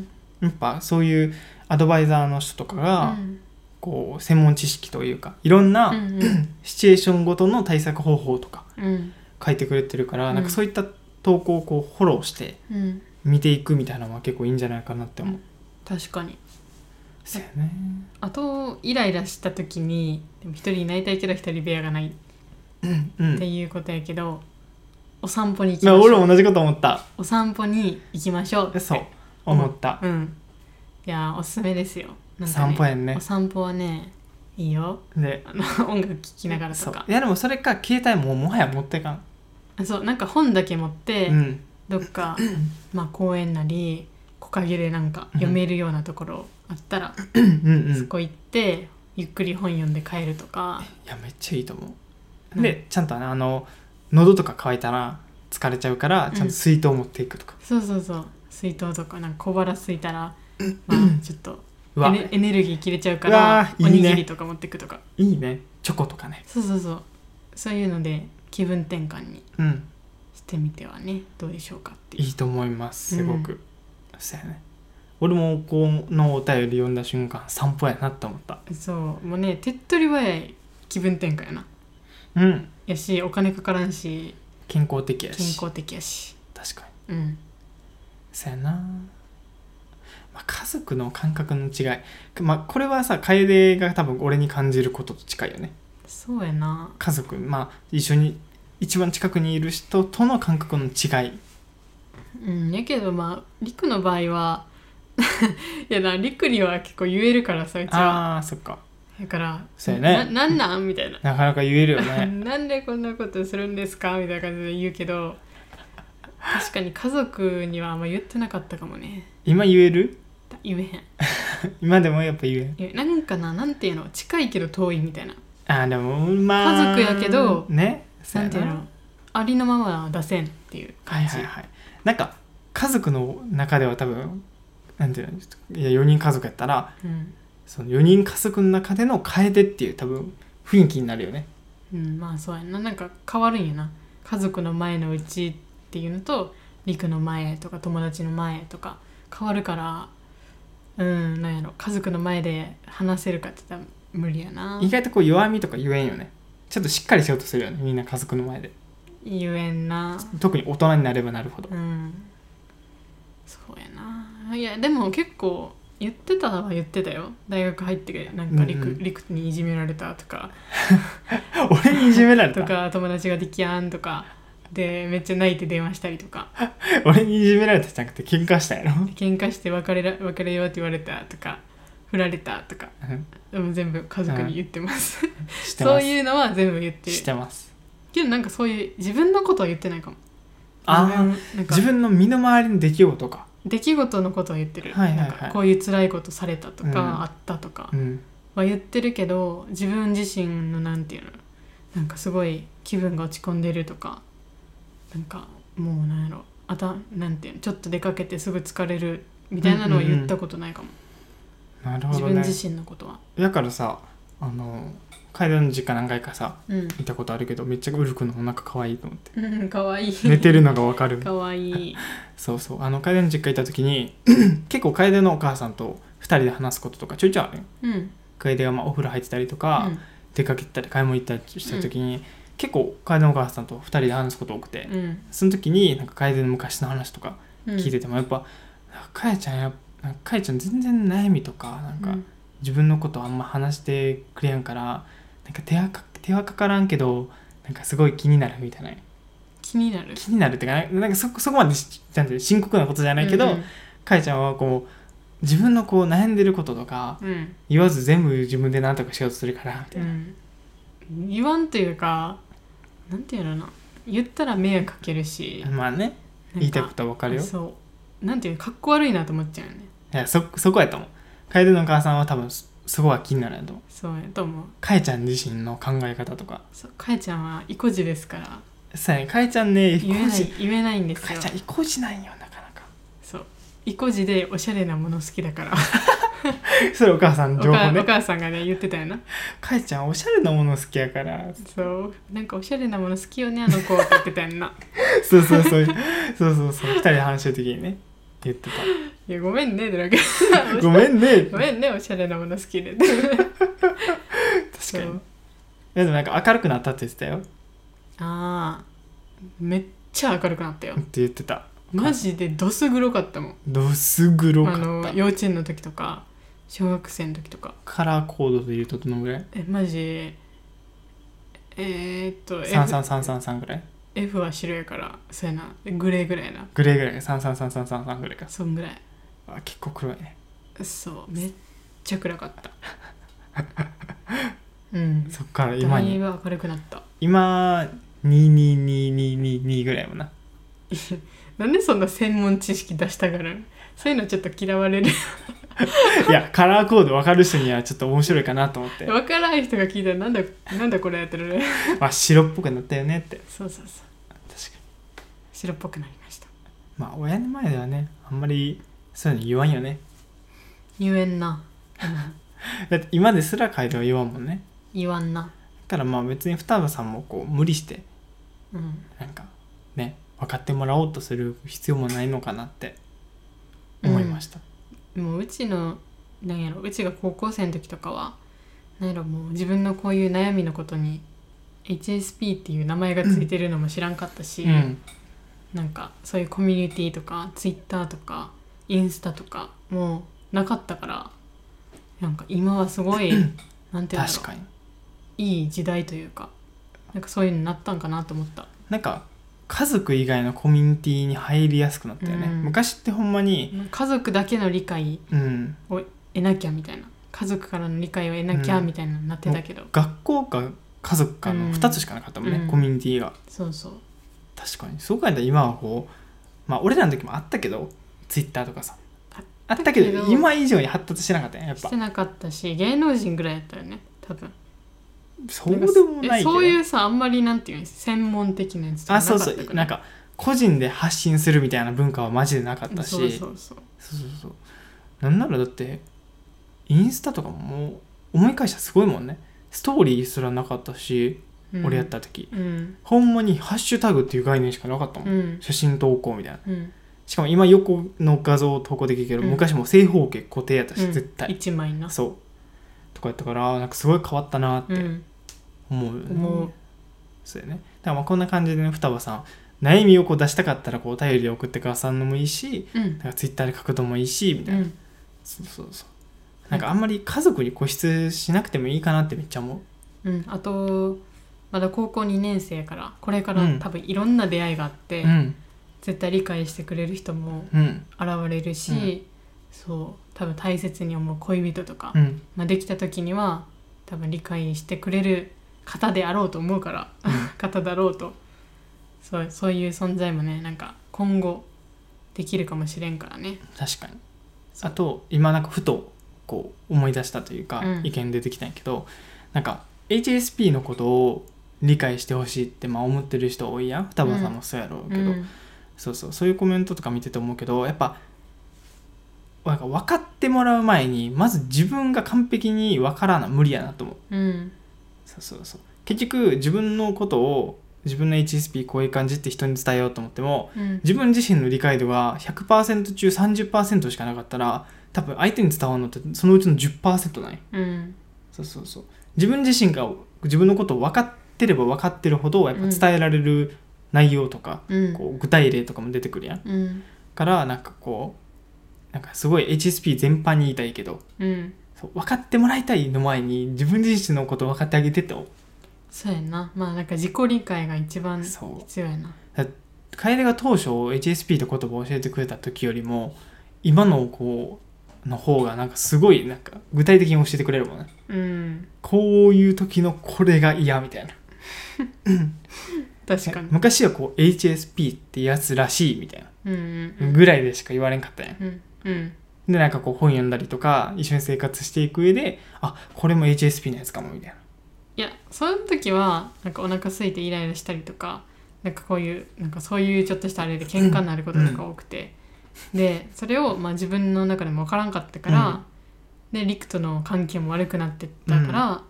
S2: ん
S1: やっぱそういうアドバイザーの人とかが、
S2: うん
S1: こう専門知識というかいろん
S2: う
S1: なん
S2: うん
S1: シチュエーションごとの対策方法とか
S2: うん
S1: 書いてくれてるから、
S2: うん
S1: なんかそういった投稿をこうフォローして
S2: うん
S1: 見ていくみたいなのは結構いいんじゃないかなって思う。
S2: 確かに
S1: そうやね。
S2: あとイライラした時にでも一人になりたいけど一人部屋がないっ
S1: う
S2: て
S1: ん。
S2: いうことやけど、お散歩に行き
S1: ま
S2: ま
S1: あ、
S2: し
S1: 俺
S2: ょう
S1: も同じこと思った。
S2: お散歩に行きましょうって
S1: そう。思った。
S2: うんいやーおすすめですよなんかね
S1: 散歩やんね
S2: お。散歩はねいいよ
S1: で、
S2: あの音楽聴きながら
S1: そ
S2: と
S1: う
S2: か。
S1: いや、でもそれか、携帯ももはや持ってかん。
S2: そうなんか本だけ持って、
S1: うん。
S2: どっ か、まあ、公園なり木陰でなんか読めるようなところあったら、
S1: うんうん。い
S2: そこ行ってゆっくり本読んで帰るとか
S1: や、めっちゃいいと思う。でちゃんとねあの喉とか渇いたら疲れちゃうからちゃんと水筒持っていくとか、
S2: そうそうそう水筒とかなんか小腹空い たら、まあ、ちょっと
S1: うわ
S2: エネエネルギー切れちゃうか
S1: う
S2: ら
S1: わーいい
S2: お
S1: ね
S2: にぎりとか持ってくとか
S1: いいねチョコとかね
S2: そうそうそうそういうので気分転換に
S1: うん
S2: してみてはねどうでしょうかっていう
S1: いいと思いますすごく、
S2: う
S1: そうやね俺もこのお便り読んだ瞬間散歩やなって思った
S2: そうもうね手っ取り早い気分転換やな
S1: うん
S2: やしお金かからんし
S1: 健康的や
S2: 健
S1: し
S2: 康的やし
S1: 確かに
S2: うん
S1: そうやな、まあ、家族の感覚の違い、まあ、これはさ楓が多分俺に感じることと近いよね
S2: そうやな
S1: 家族まあ一緒に一番近くにいる人との感覚の違い
S2: うんやけどまありくの場合は いやなりくには結構言えるからさうちは
S1: あーそっか
S2: だから
S1: そうやね
S2: ななんなんみたいな
S1: なかなか言えるよ ね
S2: なんでこんなことするんですかみたいな感じで言うけど確かに家族にはあんま言ってなかったかもね
S1: 今言える
S2: 言えへん
S1: 今でもやっぱ言えん
S2: 言えなんかななんていうの近いけど遠いみたいな
S1: あーでもまあ
S2: 家族やけど
S1: ねそう
S2: な
S1: や
S2: んていうのありのままは出せんっていう
S1: は
S2: 感
S1: い
S2: じ、
S1: はいはいなんか家族の中では多分なんていうのちょっといや4人家族やったら
S2: うん、
S1: その4人家族の中での楓っていう多分雰囲気になるよね
S2: うん、まあそうやななんか変わるんやな家族の前のうちっていうのと陸の前とか友達の前とか変わるからうんなんやろ家族の前で話せるかって言ったら無理やな
S1: 意外とこう弱みとか言えんよねちょっとしっかりしようとするよねみんな家族の前で
S2: 言えんな
S1: 特に大人になればなるほど
S2: うんそうやないやでも結構言ってたは言ってたよ大学入ってなんか陸,、
S1: うんうん
S2: 陸にいじめられたとか
S1: 俺にいじめられ
S2: と
S1: た
S2: か友達ができやんとかでめっちゃ泣いて電話したりとか
S1: 俺にいじめられたじゃなくて喧嘩したやろ
S2: 喧嘩して別れら別れようって言われたとか振られたとか
S1: うん
S2: でも全部家族に言ってます,、
S1: 知って
S2: そ
S1: ま
S2: う
S1: す
S2: いうのは全部言ってる
S1: 知ってます
S2: けどなんかそういう自分のことは言ってないかも
S1: あ
S2: 自分
S1: ー
S2: なんか
S1: 自分の身の回りの出来事か
S2: 出来事のことは言ってる、
S1: はいはいはい
S2: なんかこういう辛いことされたとか、
S1: うん
S2: あったとか
S1: うん
S2: は言ってるけど自分自身のなんていうのなんかすごい気分が落ち込んでるとかなんかもうなんやろあたなんていうのちょっと出かけてすぐ疲れるみたいなのは言ったことないかも、
S1: なるほど
S2: 自
S1: ね
S2: 分自身のことは、
S1: だからさあの楓の実家何回かさ
S2: うん、
S1: 見たことあるけどめっちゃウルフのお腹可愛いと思って
S2: うん、かわいい。
S1: 寝てるのがわかる
S2: かわいい。
S1: そうそうあの楓の実家行った時 に結構楓のお母さんと2人で話すこととかちょいちょいあるよ
S2: うん。
S1: 楓がまあお風呂入ってたりとか、
S2: うん
S1: 出かけたり買い物行ったりした時に、結構楓のお母さんと2人で話すこと多くて、
S2: うん。
S1: その時になんか楓の昔の話とか
S2: うん
S1: 聞いててもやっぱ「かえちゃんやなんかかえちゃん全然悩みとかなん
S2: う
S1: か
S2: ん
S1: 自分のことあんま話してくれやんからなんか手はか手はかからんけどなんかすごい気になる」みたいな
S2: 気になる。
S1: 気になるっていうかななんかそそこまでしなんていう深刻なことじゃないけど、
S2: うん
S1: かえちゃんはこう自分のこう悩んでることとか
S2: うん。
S1: 言わず全部自分で何とかしようとするからみた
S2: う
S1: いな、
S2: ん。言わんというか、なんていうのかな。言ったら迷惑かけるし、
S1: まあね
S2: なんか
S1: 言いたいことはわかるよ
S2: そう。なんていうの、かっこ悪いなと思っちゃうよね。
S1: いやそそこやと思う楓のお母さんは多分そそこは気になるやと思う
S2: そうやと思う。
S1: かえちゃん自身の考え方とか
S2: そう、かえちゃんは意固地ですから、
S1: さねかえちゃんね
S2: 言えな
S1: 意
S2: い、言えないんで
S1: 固地か
S2: す
S1: えちゃ。
S2: よ
S1: ん意固地ないよなかなか
S2: そう。意固地でおしゃれなもの好きだから、
S1: それお母さん
S2: お
S1: の情報
S2: 母お
S1: ね
S2: 母さんがね、言ってたよな。
S1: かえちゃんおしゃれなもの好きやから
S2: そう、なんかおしゃれなもの好きよね、あの子って言ってたよな。
S1: そうそうそう そうそうそう二人で話してる時にね言ってた
S2: いやごめんねドラ
S1: ごめんね
S2: ごめんねおしゃれなもの好きで
S1: 確かにいやでもなんか明るくなったって言ってたよ
S2: ああめっちゃ明るくなったよ
S1: って言ってた
S2: マジでどす黒かったもん
S1: どす黒
S2: あ
S1: かっ
S2: の
S1: た
S2: 幼稚園の時とか小学生の時とか
S1: カラーコードで言うとどのぐらい
S2: えマジえー、っと F,
S1: 33333ぐらい
S2: F は白やからそうやなグレーぐらいやな
S1: グレーぐらい33333ぐらいか
S2: そんぐらい
S1: あ結構黒いね
S2: そうめっちゃ暗かった うん
S1: そっから今
S2: だい
S1: に
S2: ぶ明るくなった
S1: 今22222ぐらいもな
S2: なんでそんな専門知識出したがるんそういうのちょっと嫌われる
S1: いやカラーコード分かる人にはちょっと面白いかなと思って、
S2: 分からない人が聞いたらなんだなんだこれやってる
S1: まあ、白っぽくなったよねって
S2: そうそうそう
S1: 確かに
S2: 白っぽくなりました
S1: まあ親の前ではねあんまりそういうの言わんよね
S2: 言えんなうん
S1: だって今ですら楓は言わんもんね
S2: 言わんな
S1: だからまあ別に双葉さんもこう無理して
S2: うん
S1: なんかね分かってもらおうとする必要もないのかなって思いました、
S2: もううちのなんやろうちが高校生の時とかはなんやろもう自分のこういう悩みのことに HSP っていう名前がついてるのも知らんかったし、
S1: うん
S2: なんかそういうコミュニティとか Twitter とかインスタとかもうなかったからなんか今はす ごいなんていうんだろ
S1: 確かに
S2: ういい時代というかなんかそういうのになったんかなと思った
S1: なんか家族以外のコミュニティに入りやすくなったよね、
S2: うん
S1: 昔ってほんまに
S2: 家族だけの理解
S1: うん
S2: 得なきゃみたいな家族からの理解を得なきゃ
S1: うん
S2: みたいなのになってたけど、
S1: 学校か家族か
S2: う
S1: の
S2: ん
S1: 2つしかなかったもんね、
S2: うん
S1: コミュニティが
S2: そうそう
S1: 確かにそう考えたら今はこうまあ俺らの時もあったけどツイッターとかさ
S2: あ
S1: あったけど
S2: だけど
S1: 今以上に発達してなかったねやっ
S2: し
S1: ぱ
S2: てなかったし芸能人ぐらいやったよね多分
S1: そうでもないけ
S2: え
S1: ど
S2: そういうさあんまりなんていうん専門的なやつとか
S1: あ
S2: なか
S1: そ
S2: っ
S1: う
S2: た
S1: そ
S2: よ
S1: う
S2: ね
S1: なんか個人で発信するみたいな文化はマジでなかったし
S2: そうそうそう
S1: そうそうそうなんならだってインスタとかももう思い返したらすごいもんねストーリーすらなかったし、
S2: うん
S1: 俺やった時
S2: うん
S1: ほんまにハッシュタグっていう概念しかなかったもん、
S2: うん
S1: 写真投稿みたいな
S2: うん
S1: しかも今横の画像を投稿できるけど、
S2: うん
S1: 昔も正方形固定やったし、
S2: うん
S1: 絶対
S2: 一枚な
S1: そうとかやったからなんかすごい変わったなっ
S2: う
S1: て
S2: ん
S1: 思うよね、
S2: 思う
S1: そうよねだからまあこんな感じでね双葉さん悩みをこう出したかったらこうお便りで送ってくださるのもいいし
S2: うん
S1: なんかツイッターで書くのもいいしみた
S2: う
S1: いな、
S2: ん
S1: そうそうそうなんかあんまり家族に固執しなくてもいいかなってめっちゃ思う
S2: うんあとまだ高校2年生やからこれから
S1: うん
S2: 多分いろんな出会いがあって、
S1: うん
S2: 絶対理解してくれる人も
S1: うん
S2: 現れるし、
S1: うん
S2: そう多分大切に思う恋人とか、
S1: うん
S2: まあ、できた時には多分理解してくれる方であろうと思うから、
S1: うん
S2: 方だろうとそうそういう存在もねなんか今後できるかもしれんからね
S1: 確かに
S2: そう
S1: あと今なんかふとこう思い出したというか、
S2: うん
S1: 意見出てきたんやけどなんか HSP のことを理解してほしいってまあ思ってる人多いやん双葉さんもそうやろうけど、
S2: うん
S1: そうそうそういうコメントとか見てて思うけどやっぱなんか分かってもらう前にまず自分が完璧に分からな無理やなと思う
S2: うん
S1: そうそうそう結局自分のことを自分の HSP こういう感じって人に伝えようと思っても
S2: うん
S1: 自分自身の理解度が100%中30%しかなかったら多分相手に伝わるのってそのうちの10%ない
S2: うん
S1: そうそうそう自分自身が自分のことを分かってれば分かってるほどやっぱ伝えられる内容とか、
S2: うん
S1: こう具体例とかも出てくるやん
S2: うん
S1: からなんかこうなんかすごい HSP 全般に言いたいけど
S2: うん
S1: そう分かってもらいたいの前に自分自身のこと分かってあげてと
S2: そうやなまあなんか自己理解が一番
S1: そう
S2: 必要やな
S1: 楓が当初 HSP って言葉を教えてくれた時よりも今のこうの方がなんかすごいなんか具体的に教えてくれるもんね
S2: うん
S1: こういう時のこれが嫌みたいな
S2: 確かに
S1: 昔はこう HSP ってやつらしいみたい
S2: うんうんう
S1: なんぐらいでしか言われんかったやん
S2: うんうん
S1: でなんかこう本読んだりとか一緒に生活していく上であこれも HSP のやつかもみたいない
S2: やその時はなんかお腹空いてイライラしたりとかなんかこういうなんかそういうちょっとしたあれで喧嘩になることとか多くて、でそれをまあ自分の中でも分からんかったから、で陸との関係も悪くなってったから、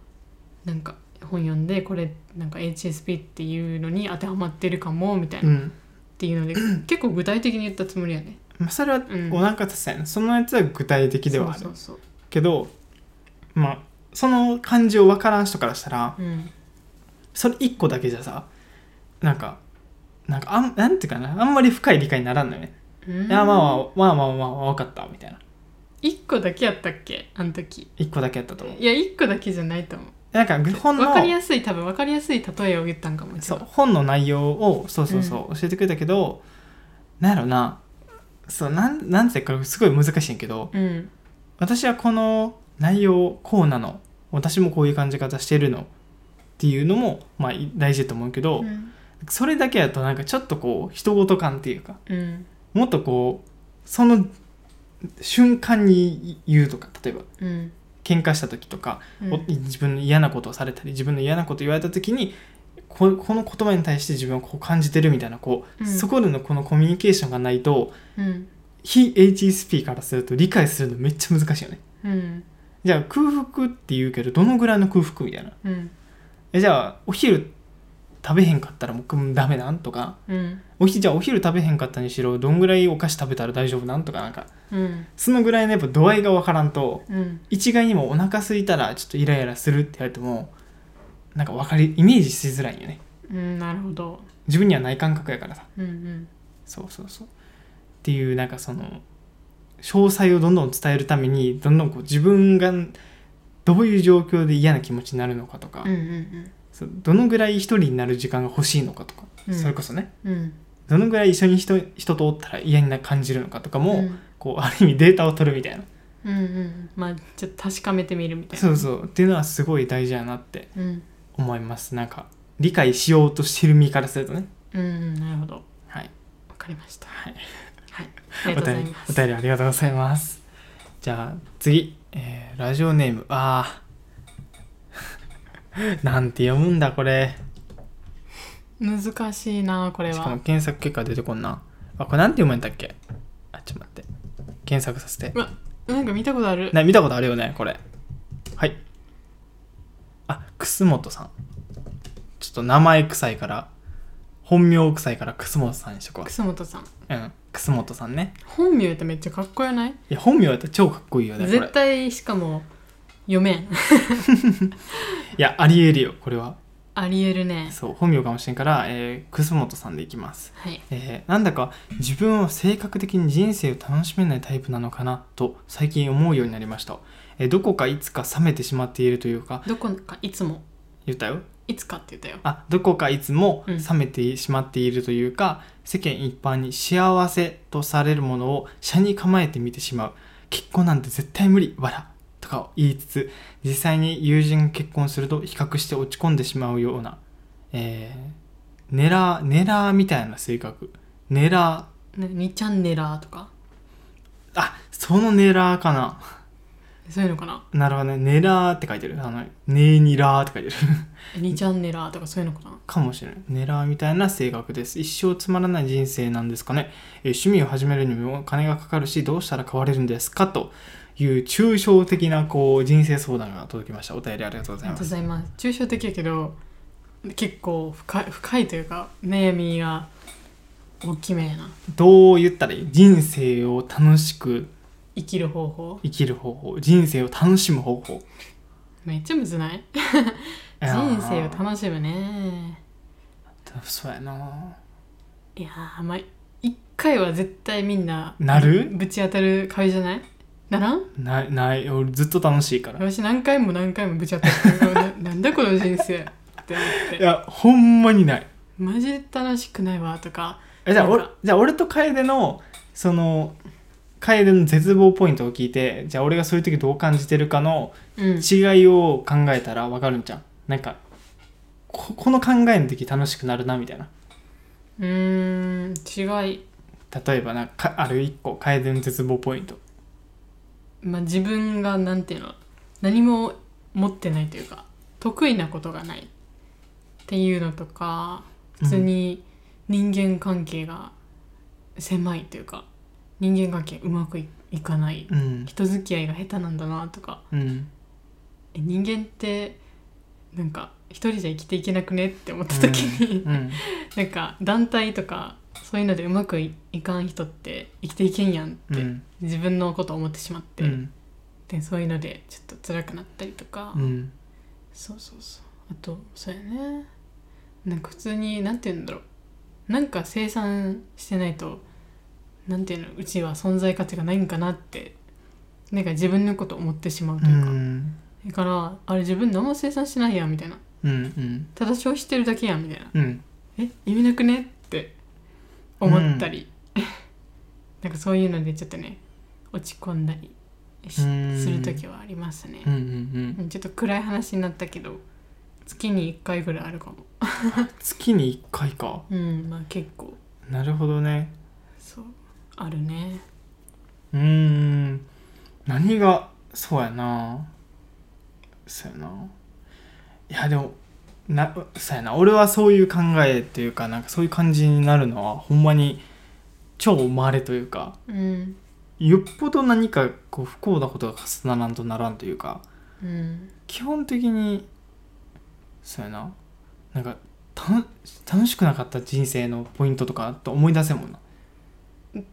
S2: なんか本読んでこれなんか HSP っていうのに当てはまってるかもみたいな、
S1: う
S2: っ
S1: ん
S2: ていう ので結構具体的に言ったつもりやね。
S1: まあ、それは
S2: うん
S1: お腹立つやん、そのやつは具体的ではある
S2: そうそう
S1: けどまあその感じを分からん人からしたら
S2: そう、うん、
S1: それ一個だけじゃさなんかなんかあんなんていうかなあんまり深い理解にならんのよね、
S2: うん
S1: あまあまあまあまあまあ分かったみたいな
S2: 一個だけやったっけあの時
S1: 一個だけやったと思う
S2: いや一個だけじゃないと思う
S1: なんか本の
S2: わかりやすい多分わかりやすい例えを言ったんかも
S1: そう本の内容をそうそうそう、教えてくれたけどなんやろなそうなんなんていうかすごい難しいんやけど
S2: うん
S1: 私はこの内容こうなの私もこういう感じ方してるのっていうのも、まあ、い大事だと思うけど、
S2: うん
S1: それだけだとなんかちょっとこう人事感っていうか
S2: うん
S1: もっとこうその瞬間に言うとか例えば
S2: うん
S1: 喧嘩した時とか、
S2: うん
S1: お自分の嫌なことをされたり自分の嫌なこと言われた時にここの言葉に対して自分はこう感じてるみたいなこう、
S2: うん
S1: そこでのこのコミュニケーションがないと
S2: うん
S1: 非 HSP からすると理解するのめっちゃ難しいよね
S2: うん
S1: じゃあ空腹って言うけどどのぐらいの空腹みたいな
S2: うん
S1: えじゃあお昼食べへんかったら僕もうダメなんとか
S2: うん
S1: おひじゃあお昼食べへんかったにしろどんぐらいお菓子食べたら大丈夫なんとかなんか
S2: うん
S1: そのぐらいのやっぱ度合いが分からんと
S2: うん
S1: 一概にもお腹空いたらちょっとイライラするって言われてもなんか分かりイメージしづらいよね
S2: うんなるほど
S1: 自分にはない感覚やからさ
S2: うんうん
S1: そうそうそうっていうなんかその詳細をどんどん伝えるためにどんどんこう自分がどういう状況で嫌な気持ちになるのかとか、
S2: うんうん
S1: そうどのぐらい一人になる時間が欲しいのかとか、
S2: うん
S1: それこそね
S2: うんうん
S1: どのぐらい一緒に人人とおったら嫌にな感じるのかとかも、
S2: うん
S1: こうある意味データを取るみたいな、
S2: うんうんまあちょっと確かめてみるみたいな
S1: そうそうっていうのはすごい大事やなって
S2: うん
S1: 思いますなんか理解しようとしてる身からするとね
S2: うんうんなるほどわ
S1: はい
S2: かりました
S1: はい
S2: はいありがとうございま
S1: お
S2: す
S1: 便りありがとうございますじゃあ次、えーラジオネームあー なんて読むんだこれ
S2: 難しいなこれ
S1: しかも
S2: は
S1: 検索結果出てこんなあこれなんて読むんだっけあちょっと待って検索させて
S2: うわなんか見たことある
S1: な見たことあるよねこれはいあ楠本さんちょっと名前臭いから本名臭いから楠本さんにしとこ
S2: 楠本さん
S1: ううん楠本さんね
S2: 本名ってめっちゃかっこよない
S1: いや本名だったら超かっこいいよねこれ
S2: 絶対しかも読めん
S1: いやありえるよこれは
S2: ありえるね
S1: そう本名かもしれんから、えー、楠本さんでいきます
S2: はい
S1: えーなんだか自分は性格的に人生を楽しめないタイプなのかなと最近思うようになりました、えーどこかいつか冷めてしまっているというか
S2: どこかいつも
S1: 言ったよ
S2: いつかって言ったよ
S1: あどこかいつも
S2: うん
S1: 冷めてしまっているというか、世間一般に幸せとされるものを社に構えて見てしまう結婚なんて絶対無理わらとかを言いつつ実際に友人が結婚すると比較して落ち込んでしまうようなえー、ネラーネラーみたいな性格ネラー
S2: ね2チャンネラーとか
S1: あそのネラーかな
S2: そういうのかな
S1: なるほどねネラーって書いてるあのネーニラーって書いてる
S2: 2チャンネラーとかそういうのかな
S1: かもしれない狙うみたいな性格です一生つまらない人生なんですかね、えー趣味を始めるにもお金がかかるしどうしたら変われるんですかという抽象的なこう人生相談が届きましたお便りありがとうご
S2: あ
S1: ざ
S2: り
S1: いま
S2: がとうご
S1: す
S2: ざいます抽象的やけど結構深い深いというか悩みが大きめやな
S1: どう言ったらいい人生を楽しく
S2: 生きる方法
S1: 生きる方法人生を楽しむ方法
S2: めっちゃむずない
S1: いやー
S2: 人生を楽しむね
S1: そうやない
S2: やーまあ一回は絶対みんな
S1: なる
S2: ぶち当たる壁じゃないならん
S1: ないない俺ずっと楽しいから
S2: 私何回も何回もぶち当たってるななんだこの人生って思っ
S1: い
S2: て
S1: やほんまにない
S2: マジで楽しくないわとか
S1: えじゃあ
S2: なん
S1: 俺
S2: か
S1: じゃあ俺と楓のその楓の絶望ポイントを聞いてじゃあ俺がそういう時どう感じてるかの
S2: うん
S1: 違いを考えたら分かるんじゃんなんかここの考えの時楽しくなるなみたいな
S2: うーん違い、
S1: 例えばなんかかある一個楓の絶望ポイント
S2: まあ、自分がなんていうの何も持ってないというか得意なことがないっていうのとか普通に人間関係が狭いというか人間関係うまくいいかない
S1: うん
S2: 人付き合いが下手なんだなとか
S1: うん
S2: え人間ってなんか一人じゃ生きていけなくねって思った時に、
S1: うん
S2: なんか団体とかそういうのでうまくいいかん人って生きていけんやんって、
S1: うん
S2: 自分のことを思ってしまって、
S1: うん
S2: でそういうのでちょっと辛くなったりとか、
S1: うん
S2: そうそうそうあとそうやねなんか普通になんて言うんだろうなんか生産してないとなんていうのうちは存在価値がないんかなってなんか自分のことを思ってしまうと
S1: う
S2: いうか、
S1: ん
S2: だからあれ自分何も生産してないやんみたいな
S1: うん
S2: ただ消費してるだけやんみたいな
S1: うん
S2: え意味なくねって思ったり、 なんかそういうのでちょっとね落ち込んだりし
S1: うん
S2: する時はありますね
S1: うんう、ん
S2: うんちょっと暗い話になったけど月に1回ぐらいあるかも
S1: 月に1回か
S2: うんまあ結構
S1: なるほどね
S2: そうあるね
S1: うーん何がそうやなそうやないやでもなそうやな俺はそういう考えっていうかなんかそういう感じになるのはほんまに超まれというか
S2: うん
S1: よっぽど何かこう不幸なことが重ならんとならんというか
S2: うん
S1: 基本的にそうやななんかたの楽しくなかった人生のポイントとかと思い出せんもんな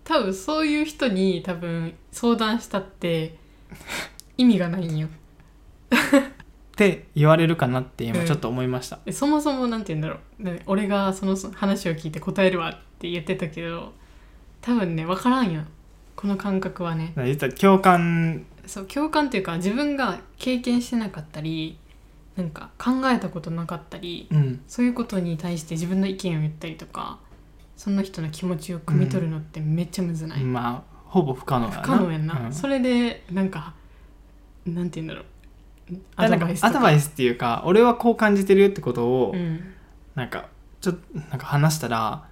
S2: 多分そういう人に多分相談したって意味がないんよ
S1: って言われるかなって今ちょっと思いました、
S2: そもそもなんて言うんだろうね俺がその話を聞いて答えるわって言ってたけど多分ね分からんよこの感覚はね
S1: だから実は共感
S2: そう共感というか自分が経験してなかったりなんか考えたことなかったり
S1: うん
S2: そういうことに対して自分の意見を言ったりとかその人の気持ちを汲み取るのってめっちゃむずない、
S1: まあほぼ不可能やな
S2: 不可能やんな、
S1: うん
S2: それでなんかなんて言うんだろう
S1: だからなんかアドバイスっていうか俺はこう感じてるよってことを、
S2: うん
S1: なんかちょっとなんか話したら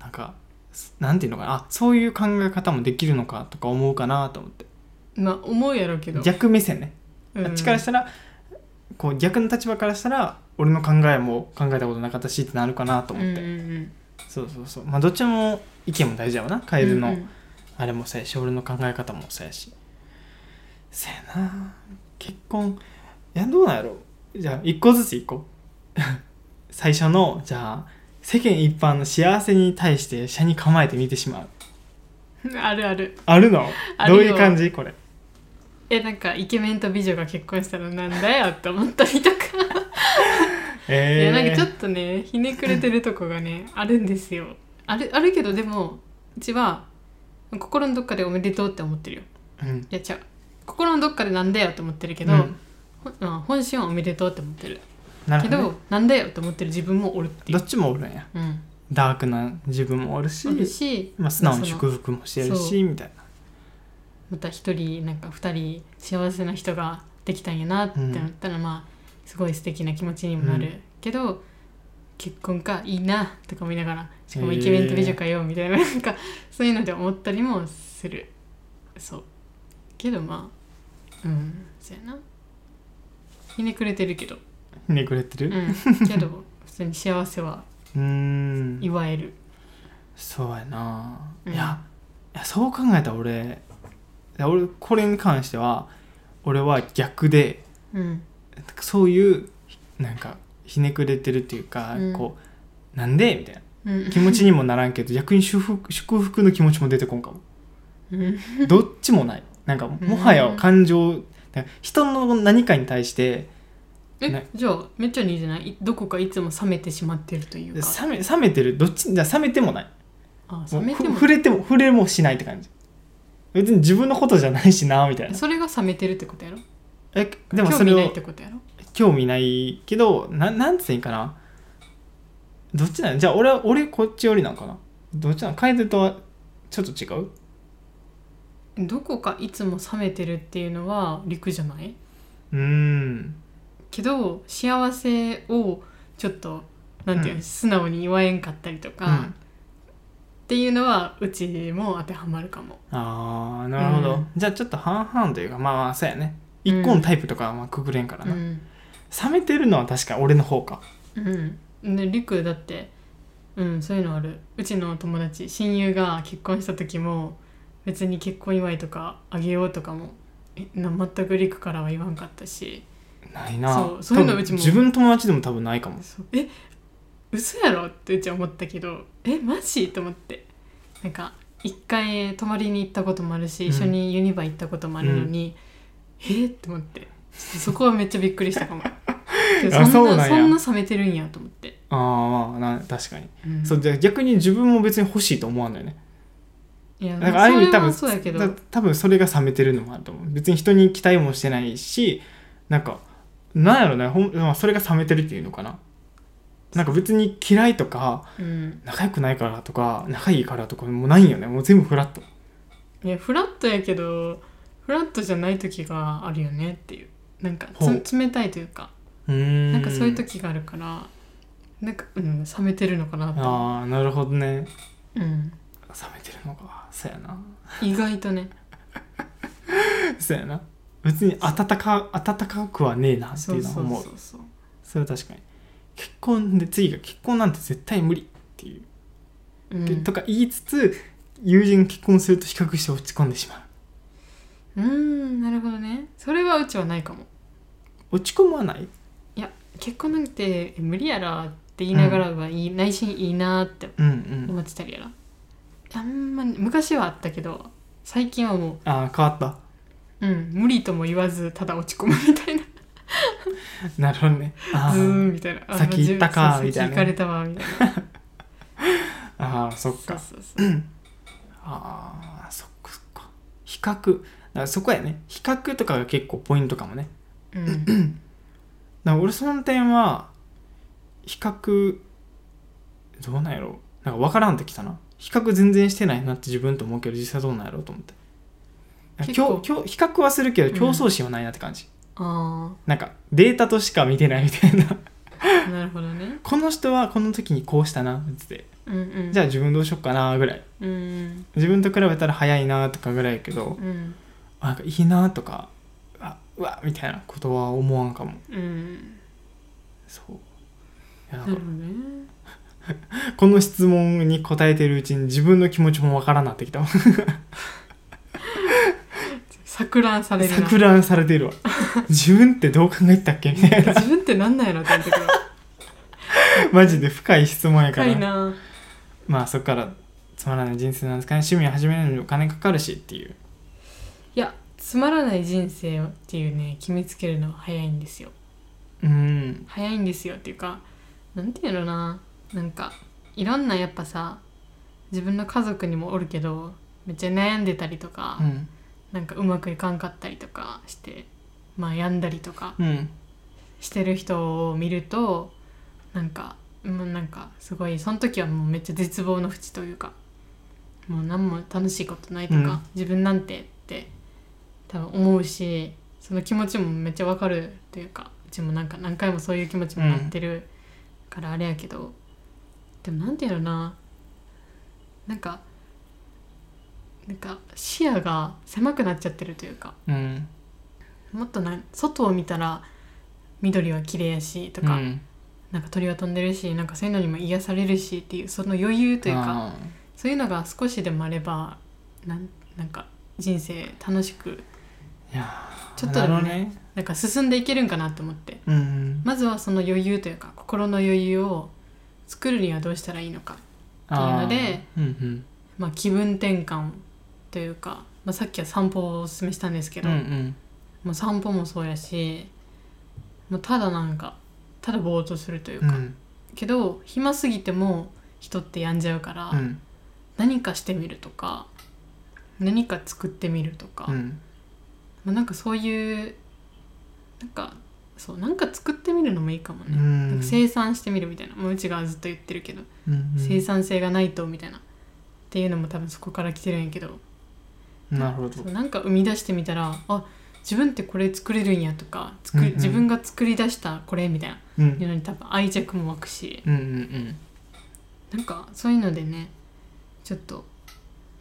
S1: なんかすなんていうのかなあそういう考え方もできるのかとか思うかなと思って
S2: まあ思うやろうけど
S1: 逆目線ね、
S2: うん
S1: あっちからしたらこう逆の立場からしたら俺の考えも考えたことなかったしってなるかなと思って、
S2: うんうんうん
S1: そうそうそうまあどっちも意見も大事やわなカエルの、
S2: うんうん
S1: あれもそうやし俺の考え方もそうやしせやな結婚いやどうなんやろじゃあ一個ずつ一個 最初のじゃあ世間一般の幸せに対して社に構えて見てしまう
S2: あるある
S1: あるの
S2: ある
S1: どう
S2: よ
S1: いう感じこれ
S2: えなんかイケメンと美女が結婚したらなんだよって思ったりとか、
S1: えー、
S2: いやなんかちょっとねひねくれてるとこがねあるんですよあるあるけどでもうちは心のどっかでおめでとうって思ってるよ
S1: うん
S2: いや違う心のどっかでなんだよって思ってるけど、
S1: うん
S2: ほうん本心はおめでとうって思ってる
S1: なる
S2: け
S1: ほどね、
S2: どなんだよって思ってる自分もおるってい
S1: ど
S2: う
S1: っちもおるんや
S2: うん
S1: ダークな自分もおるし
S2: おるし
S1: まあ、素直に祝福もしてる
S2: そ
S1: しみたいな
S2: また一人なんか二人幸せな人ができたんやなってなったら、まあすごい素敵な気持ちにもなる、
S1: うん
S2: けど結婚かいいなとか見ながらしかも
S1: へえ
S2: イケメンと美女かよみたいな,、なんかそういうので思ったりもするそうけどまあうんそうやなひねくれてるけど、
S1: ひねくれて
S2: う
S1: る
S2: ん、けど普通に幸せは
S1: うーん
S2: 祝える
S1: そうやな、
S2: うん
S1: いやいやそう考えたら俺いや俺これに関しては俺は逆で
S2: うん
S1: そういうなんかひねくれてるっていうか、
S2: うん
S1: こうなんでみたいな
S2: うん
S1: 気持ちにもならんけど逆に祝福祝福の気持ちも出てこんか も
S2: うん
S1: どっちもないなんかもはや感情なんか人の何かに対して
S2: え、
S1: ね
S2: じゃあめっちゃ似てないいどこかいつも冷めてしまってるというか
S1: 冷め冷めてるどっちじゃ冷めてもない
S2: あ
S1: もう
S2: 冷めて
S1: ふ
S2: も
S1: 触れても触れもしないって感じ別に自分のことじゃないしなみたいな
S2: それが冷めてるってことやろ
S1: えでもそ
S2: 興味
S1: れ
S2: ないっ
S1: を
S2: てことやろ
S1: 興味ないけどななんつうんかなどっちなんじゃあ俺は俺こっちよりなんかなどっちなん楓とはちょっと違う
S2: どこかいつも冷めてるっていうのは陸じゃないう
S1: ーん
S2: けど幸せをちょっとなんていうの、
S1: うん
S2: 素直に祝えんかったりとか、
S1: うん
S2: っていうのはうちも当てはまるかも
S1: あーなるほど、
S2: うん
S1: じゃあちょっと半々というかまあまあそうやね一個のタイプとかはまあくぐれんから
S2: う
S1: な、
S2: ん、
S1: 冷めてるのは確か俺の方か
S2: うん、で陸だってうんそういうのあるうちの友達親友が結婚した時も別に結婚祝いとかあげようとかもえな全く陸からは言わんかったし
S1: ないな
S2: そうそういうの
S1: 多分
S2: うちも
S1: 自分の友達でも多分ないかも
S2: そうえ嘘やろってうちは思ったけどえマジと思ってなんか一回泊まりに行ったこともあるし、
S1: うん
S2: 一緒にユニバ行ったこともあるのに、えっって思ってそこはめっちゃびっくりしたか もでも
S1: あ
S2: そん
S1: そう
S2: な
S1: なんや
S2: そんな冷めてるんやと思って、
S1: ああまあな確かに、
S2: うん
S1: そうじゃあ逆に自分も別に欲しいと思わんのよね
S2: いや
S1: だからある意味
S2: そ
S1: 多
S2: れは
S1: 分
S2: そうやけど
S1: だ多分それが冷めてるのもあると思う別に人に期待もしてないしなんかなんやろねほん、まあ、それが冷めてるっていうのかななんか別に嫌いとか
S2: うん、
S1: 仲良くないからとか仲いいからとかもうないんよねもう全部フラット
S2: いやフラットやけどフラットじゃない時があるよねっていうなんか
S1: ほう
S2: つ冷たいというか
S1: うん
S2: なんかそういう時があるからなんか、うん、冷めてるのかなと、
S1: ああなるほどね
S2: うん、
S1: 冷めてるのかそうやな
S2: 意外とね
S1: そうやな別に温か温かくはねえなって
S2: そ
S1: いううのは
S2: そう
S1: 思う
S2: そうそう
S1: それは確かに結婚で次が結婚なんて絶対無理っていう、
S2: うん
S1: とか言いつつ友人結婚すると比較して落ち込んでしまう
S2: うんなるほどねそれはうちはないかも
S1: 落ち込まない
S2: 結婚なんてえ無理やらって言いながらはいい、内心いいなって
S1: うんうん
S2: 思ってたりやらあんま昔はあったけど最近はも
S1: ああ変わった
S2: う、うん、無理とも言わずただ落ち込むみたいな
S1: なるほどねあ
S2: ズー
S1: ー
S2: ンみたいなあ
S1: 先行ったか
S2: 自分そう
S1: み
S2: 先行
S1: たいな
S2: かれたわみたいな
S1: あーそっか
S2: そうそうそう
S1: あーそっかそっか比較だからそこやね比較とかが結構ポイントかもね
S2: うん
S1: だから俺その点は比較どうなんやろなんか分からんってきたな比較全然してないなって自分と思うけど実際どうなんやろうと思って
S2: 結
S1: 競
S2: 構
S1: 競比較はするけど競争心はないなって感じ、
S2: あ
S1: なんかデータとしか見てないみたいな
S2: あなるほどね
S1: この人はこの時にこうしたなって
S2: うんうん
S1: じゃあ自分どうしよっかなぐらい
S2: うん
S1: 自分と比べたら早いなとかぐらいやけど
S2: うん
S1: あなんかいいなとかあうわみたいなことは思わんかも
S2: うん
S1: そういや
S2: な
S1: だか
S2: る
S1: ら
S2: ほどね
S1: この質問に答えてるうちに自分の気持ちもわからんなってきた
S2: 錯乱されるな
S1: 錯乱されてる わ自分ってどう考えてたっけみたいな
S2: 自分ってなんなんやろって思ってくる
S1: マジで深い質問やか
S2: 深い
S1: ら
S2: な
S1: まあそっからつまらない人生なんですかね趣味始めるのにお金かかるしっていう
S2: いやつまらない人生をっていうね決めつけるのは早いんですよ
S1: うん
S2: 早いんですよっていうかなんていうのななんかいろんなやっぱさ自分の家族にもおるけどめっちゃ悩んでたりとか、
S1: うん
S2: なんかうまくいかんかったりとかしてまあ病んだりとか
S1: うん
S2: してる人を見るとなんかもうなんかすごいその時はもうめっちゃ絶望の淵というかもう何も楽しいことないとか、
S1: うん
S2: 自分なんてって多分思うしその気持ちもめっちゃわかるというかうちもなんか何回もそういう気持ちもなってるからあれやけど、でもなんていうのななんかなんか視野が狭くなっちゃってるというか
S1: うん
S2: もっとな外を見たら緑は綺麗やしと
S1: う
S2: か、
S1: ん
S2: なんか鳥は飛んでるしなんかそういうのにも癒されるしっていうその余裕というか
S1: あ
S2: そういうのが少しでもあればなんなんか人生楽しく
S1: ーいやー
S2: ちょっとでもね
S1: なるほど
S2: なんか進んでいけるんかなと思って
S1: うんうん
S2: まずはその余裕というか心の余裕を作るにはどうしたらいいのか、
S1: あー
S2: っていうので
S1: うんうん
S2: まあ、気分転換というか、まあ、さっきは散歩をおすすめしたんですけ
S1: う
S2: ど、
S1: んうん
S2: もう散歩もそうやしもうただなんかただぼーっとするという
S1: う
S2: か、
S1: ん
S2: けど暇すぎても人って病んじゃうから、
S1: うん
S2: 何かしてみるとか何か作ってみるとか、
S1: うん
S2: まあ、なんかそういうなんかそうなんか作ってみるのもいいかも
S1: う
S2: ね、なん
S1: ん
S2: か生産してみるみたいなもううちがずっと言ってるけど、
S1: うん
S2: 生産性がないとみたいなっていうのも多分そこから来てるんやけど
S1: うんなるほど
S2: そうなんか生み出してみたらあ自分ってこれ作れるんやとか作
S1: うんうん
S2: 自分が作り出したこれみたいな
S1: うん
S2: いうのに多分愛着も湧くし
S1: うんうん
S2: なんかそういうのでねちょっと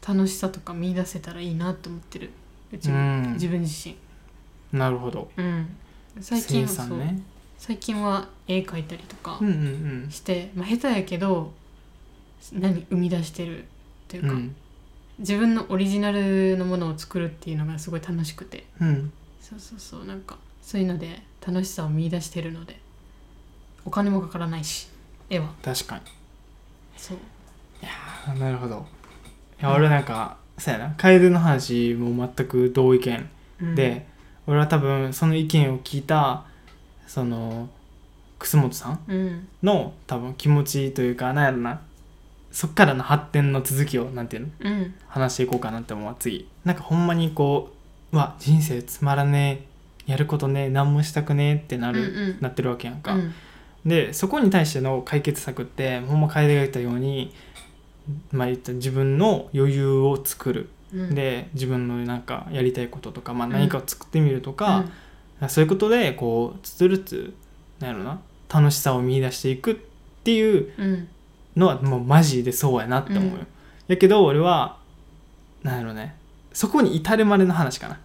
S2: 楽しさとか見出せたらいいなと思ってるうち
S1: う
S2: も、
S1: ん
S2: 自分自身、
S1: うんなるほど
S2: うん、最近は
S1: 生
S2: そう、
S1: 産ね
S2: 最近は絵描いたりとか
S1: うんうん
S2: して、まあ、下手やけど何生み出してるという
S1: うんう
S2: か、
S1: ん
S2: 自分のオリジナルのものを作るっていうのがすごい楽しくて
S1: うん
S2: そうそうそうなんかそういうので楽しさを見出してるのでお金もかからないし絵は
S1: 確かに
S2: そう
S1: あなるほどいや俺なんか、そうやな楓の話も全く同意見、
S2: うん
S1: で俺は多分その意見を聞いたその楠本さん
S2: うん
S1: の多分気持ちというかなんやろなそっからの発展の続きをなんていうの
S2: うん
S1: 話していこうかなって思うわ次なんかほんまにこううわ人生つまらねえやることねえ何もしたくねえってな
S2: あ
S1: る、
S2: うん
S1: なってるわけやんか、
S2: うん
S1: でそこに対しての解決策ってほんま楓が言ったように、まあ、言った自分の余裕を作る、
S2: うん、
S1: で自分のなんかやりたいこととか、まあ、
S2: うん
S1: 何かを作ってみると
S2: う
S1: か
S2: ん、
S1: そういうことでこうつつるつなんやろな楽しさを見出していくっていう
S2: うん
S1: のはもうマジでそうやなって思うよ。
S2: うん
S1: やけど俺はなんやろねそこに至るまでの話かな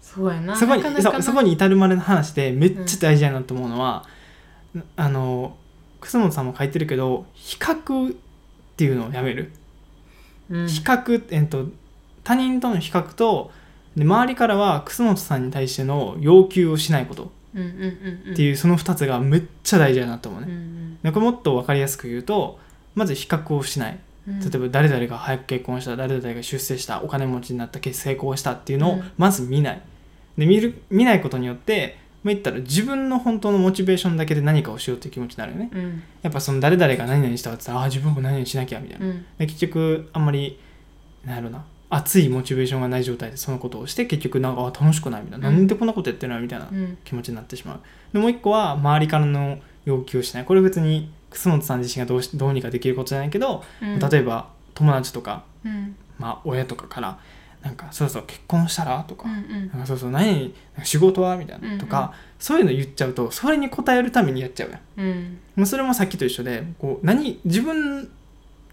S2: そうやな
S1: そこに
S2: なかなか
S1: そ
S2: な
S1: そこに至るまでの話でめっちゃ大事やなと思うのは、あの楠本さんも書いてるけど比較っていうのをやめる、
S2: うん
S1: 比較、えっと、他人との比較とで周りからは楠本さんに対しての要求をしないこと
S2: うんうんうんうん
S1: っていうその2つがめっちゃ大事やなと思うね
S2: う、ん
S1: なんかもっと分かりやすく言うとまず比較をしない
S2: うん
S1: 例えば誰々が早く結婚した誰々が出世したお金持ちになった成功したっていうの
S2: う
S1: を
S2: ん
S1: まず見ない、で見る見ないことによってまあ言ったら自分の本当のモチベーションだけで何かをしようっていう気持ちになるよね
S2: うん
S1: やっぱその誰々が何々したかって言ったらああ自分も何々しなきゃみたいな、
S2: うん
S1: で結局あんまりなんやろな熱いモチベーションがない状態でそのことをして結局なんかあ楽しくないみたいな、
S2: うん
S1: なんでこんなことやってるのみたいな
S2: うん
S1: 気持ちになってしまうでもう一個は周りからの要求をしないこれ別に楠本さん自身がどうしどうにかできることじゃないけど、
S2: うん
S1: 例えば友達とか、
S2: うん
S1: まあ、親とかからなんか「そろそろ結婚したら?」とか「
S2: うんうん
S1: なんかそうそう何なんか仕事は?」みたい
S2: うんう
S1: なんとか、そういうの言っちゃうとそれに応えるためにやっちゃうやん
S2: うん
S1: もうそれもさっきと一緒でこう何自分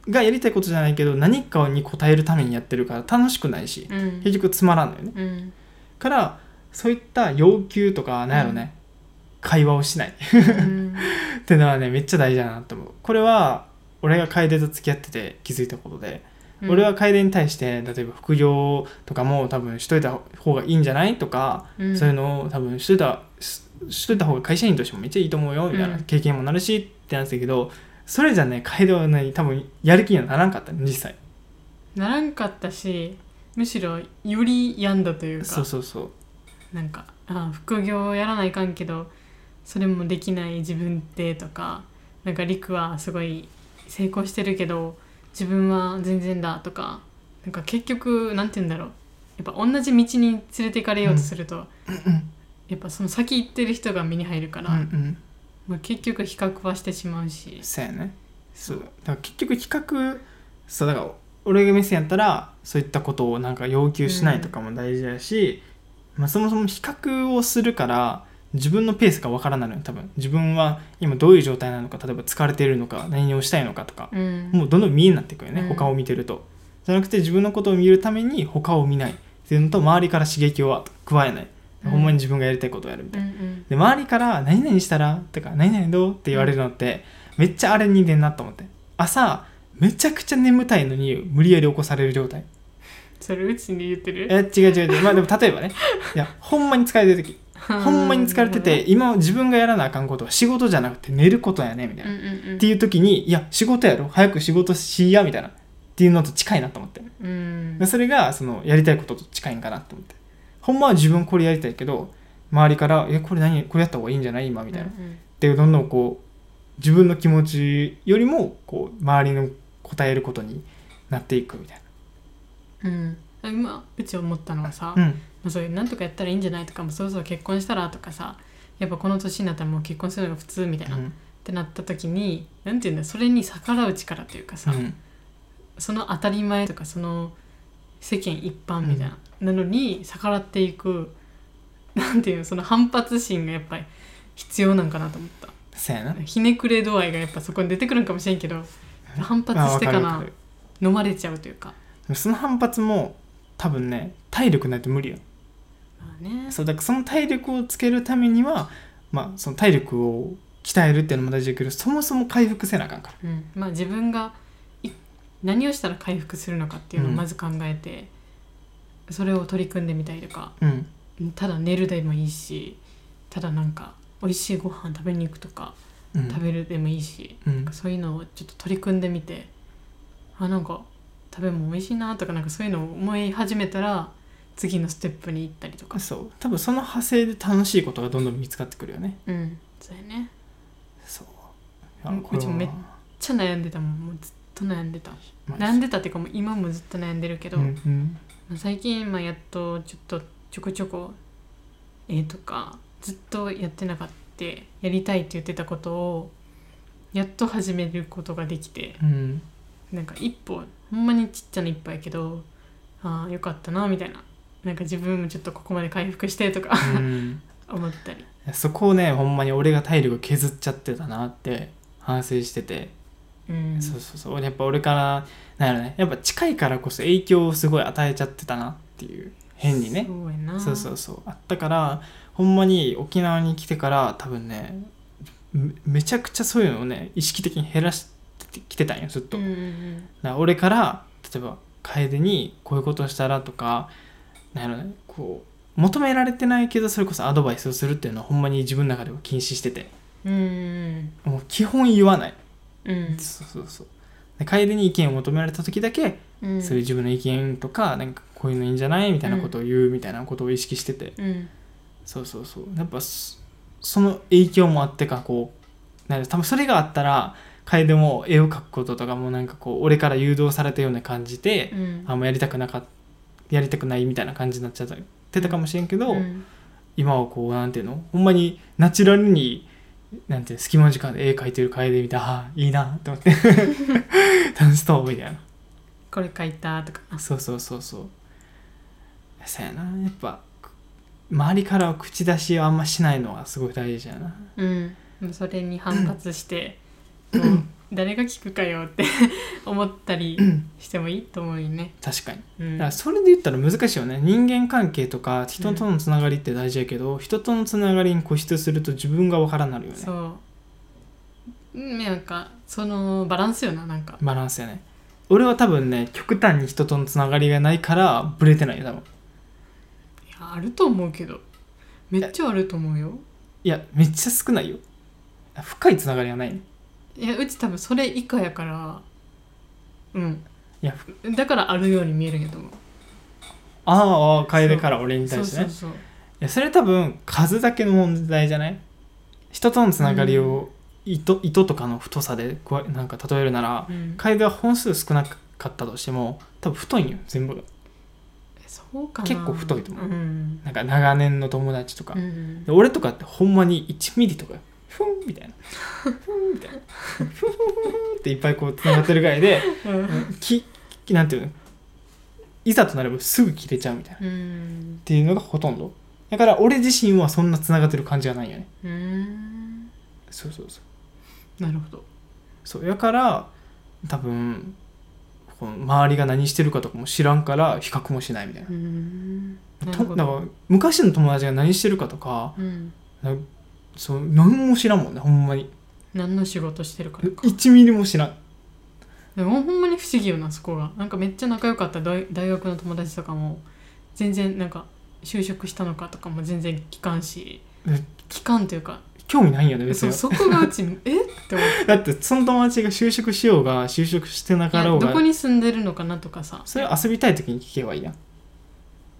S1: がやりたいことじゃないけど何かに応えるためにやってるから楽しくないし
S2: うん
S1: 結局つまらんのよね
S2: うん
S1: からそういった要求とかなんやろね、会話をしない
S2: うん
S1: ってのはねめっちゃ大事だなと思うこれは俺が楓と付き合ってて気づいたことで、
S2: うん
S1: 俺は楓に対して例えば副業とかも多分しといた方がいいんじゃないとか、
S2: うん
S1: そういうのを多分しといたししといた方が会社員としてもめっちゃいいと思うよみたいな
S2: うん
S1: 経験もなるしってなんですけどそれじゃね楓はね多分やる気にはならんかったね実際
S2: ならんかったしむしろより病んだというか
S1: そうそうそう
S2: なんかあ副業やらないかんけどそれもできない自分ってとかなんか陸はすごい成功してるけど自分は全然だとかなんか結局なんて言うんだろうやっぱ同じ道に連れていかれようとすると、やっぱその先行ってる人が目に入るから、
S1: うんうん
S2: まあ、結局比較はしてしまうし
S1: そうやねそうだから結局比較そうだから俺が目線やったらそういったことをなんか要求しないとかも大事やし、まあ、そもそも比較をするから自分のペースがわからないのよ多分自分は今どういう状態なのか例えば疲れているのか何をしたいのかとか
S2: うん
S1: もうどんどん見えになっていくよね、
S2: うん
S1: 他を見てるとじゃなくて自分のことを見るために他を見ないっていうのと周りから刺激を加えない、
S2: うん
S1: ほんまに自分がやりたいことをやるみたいな
S2: うんうん
S1: で周りから「何々したら?」とか「何々どう?」って言われるのってめっちゃあれに出んなと思って朝めちゃくちゃ眠たいのに無理やり起こされる状態
S2: それうちに言ってる
S1: え違う違う違うまあでも例えばねいやほんまに疲れてる時ほんまに疲れてて今自分がやらなあかんことは仕事じゃなくて寝ることやねみたい
S2: うん
S1: な、
S2: う
S1: っ
S2: んうん
S1: ていう時に「いや仕事やろ早く仕事しや」みたいなっていうのと近いなと思って
S2: うん
S1: でそれがそのやりたいことと近いんかなと思ってほんまは自分これやりたいけど周りから「えこれ何これやった方がいいんじゃない今」みたいな
S2: うんうん
S1: でどんどんこう自分の気持ちよりもこう周りの答えることになっていくみたい
S2: うん、今うち思ったのはさ、
S1: な、
S2: ま
S1: うん、
S2: あ、そういうなんとかやったらいいんじゃないとかもうそろそろ結婚したらとかさやっぱこの年になったらもう結婚するのが普通みたいな、
S1: う
S2: っ
S1: ん
S2: てなった時になんていうんだそれに逆らう力というかさ、
S1: うん
S2: その当たり前とかその世間一般みたいな、なのに逆らっていくなんていうのその反発心がやっぱり必要なんかなと思った
S1: そうやな
S2: ひねくれ度合いがやっぱそこに出てくるんかもしれんけど反発してか
S1: あわ
S2: な
S1: かるわか
S2: 飲まれちゃうというか
S1: るその反発も多分ね体力ないと無理よ
S2: まあね
S1: そうだからその体力をつけるためにはまあその体力を鍛えるっていうのも大事だけどそもそも回復せなあかんから
S2: うん、まあ自分がい何をしたら回復するのかっていうのをまず考えて、それを取り組んでみたりとか
S1: うん
S2: ただ寝るでもいいしただなんか美味しいご飯食べに行くとか
S1: うん
S2: 食べるでもいいし、
S1: うん
S2: なんかそういうのをちょっと取り組んでみてあなんか食べ物美味しいなとかなんかそういうのを思い始めたら次のステップに行ったりとか
S1: そう多分その派生で楽しいことがどんどん見つかってくるよね
S2: うんそうやねめっ
S1: そう
S2: う
S1: い
S2: ん
S1: やこれ
S2: うち
S1: は
S2: もめっちゃ悩んでたもんもうずっと悩んでた
S1: まあ
S2: 悩んでたっていうかもう今もずっと悩んでるけど、
S1: うんうん
S2: まあ最近、まあ、やっとちょっとちょこちょこ絵とかずっとやってなかったやりたいって言ってたことをやっと始めることができて
S1: うん
S2: なんか一歩ほんまにちっちゃな一歩やけどああよかったなみたいななんか自分もちょっとここまで回復してとか
S1: う ん
S2: 思ったり
S1: そこをねほんまに俺が体力削っちゃってたなって反省してて、
S2: うん
S1: そうそうそうやっぱ俺からなんやろねやっぱ近いからこそ影響をすごい与えちゃってたなっていう変にね
S2: そうやな
S1: そうそうそうあったからほんまに沖縄に来てから多分ねめめちゃくちゃそういうのをね意識的に減らしてきてたんよずっと、
S2: うんうん
S1: だから俺から例えば楓にこういうことをしたらとかなんやろねこう求められてないけどそれこそアドバイスをするっていうのはほんまに自分の中では禁止してて
S2: うんうん
S1: もう基本言わない、
S2: うん
S1: そうそうそうで楓に意見を求められた時だけ、
S2: うん
S1: そういう自分の意見とかなんかこういうのいいんじゃないみたいなことを言うみたいなことを意識してて、
S2: うん
S1: そうそうそうやっぱそその影響もあってかこうなんか多分それがあったら楓も絵を描くこととかもなんかこう俺から誘導されたような感じで、
S2: うん
S1: あんまやりたくなかっやりたくないみたいな感じになっちゃったってたかもしれんけど、
S2: うん
S1: 今はこうなんていうのほんまにナチュラルになんていうの隙間時間で絵描いてる楓見てああいいなって思って 楽しそうみたいな
S2: これ書いたとか
S1: そうそうそうそうそうやなやっぱ周りからは口出しをあんましないのはすごい大事やな
S2: うんもうそれに反 発してもう誰が聞くかよって 思ったりしてもいいと思うよね
S1: 確かに
S2: うん
S1: だからそれで言ったら難しいよね人間関係とか人とのつながりって大事やけど、人とのつながりに固執すると自分がわからんなるよね
S2: そううんなんかそのバランスよななんか
S1: バランスやね俺は多分ね極端に人とのつながりがないからブレてないよ多分
S2: いやあると思うけどめっちゃあると思うよ
S1: いやめっちゃ少ないよ深いつながりはないね
S2: いやうち多分それ以下やからうん
S1: いや
S2: だからあるように見えるんやと思う
S1: ああああ楓から俺に対してね
S2: そうそうそう
S1: いやそれ多分数だけの問題じゃない人とのつながりを糸,、糸とかの太さでこうなんか例えるなら
S2: うん
S1: 楓は本数少なかったとしても多分太いんよ全部が
S2: えそうかな
S1: 結構太いと思う
S2: うん
S1: なんか長年の友達とか、
S2: うん
S1: で俺とかってほんまに1ミリとかふんみたいなふんみたいなふんふんふんふんっていっぱいこうつながってるぐらいで
S2: うん
S1: ききなんていうのいざとなればすぐ切れちゃうみたいなっ
S2: うん
S1: ていうのがほとんどだから俺自身はそんなつながってる感じがないよね
S2: うん
S1: そうそうそう
S2: なるほど
S1: そうやから多分この周りが何してるかとかも知らんから比較もしないみたいな,
S2: うーんな
S1: と、
S2: るほ
S1: だ
S2: ど
S1: から昔の友達が何してるかとか
S2: うん
S1: そう何も知らんもんねほんまに
S2: 何の仕事してるかとか
S1: 1ミリも知らん
S2: でもほんまに不思議よなそこがなんかめっちゃ仲良かった大大学の友達とかも全然なんか就職したのかとかも全然聞かんし
S1: え
S2: 聞かんというか
S1: 興味ないよね別
S2: そ
S1: に
S2: うそこ がうちえって思って
S1: だってその友達が就職しようが就職してないか
S2: や
S1: ろう
S2: ど
S1: が
S2: こに住んでるのかなとかさ
S1: それ遊びたい時に聞けばいいやん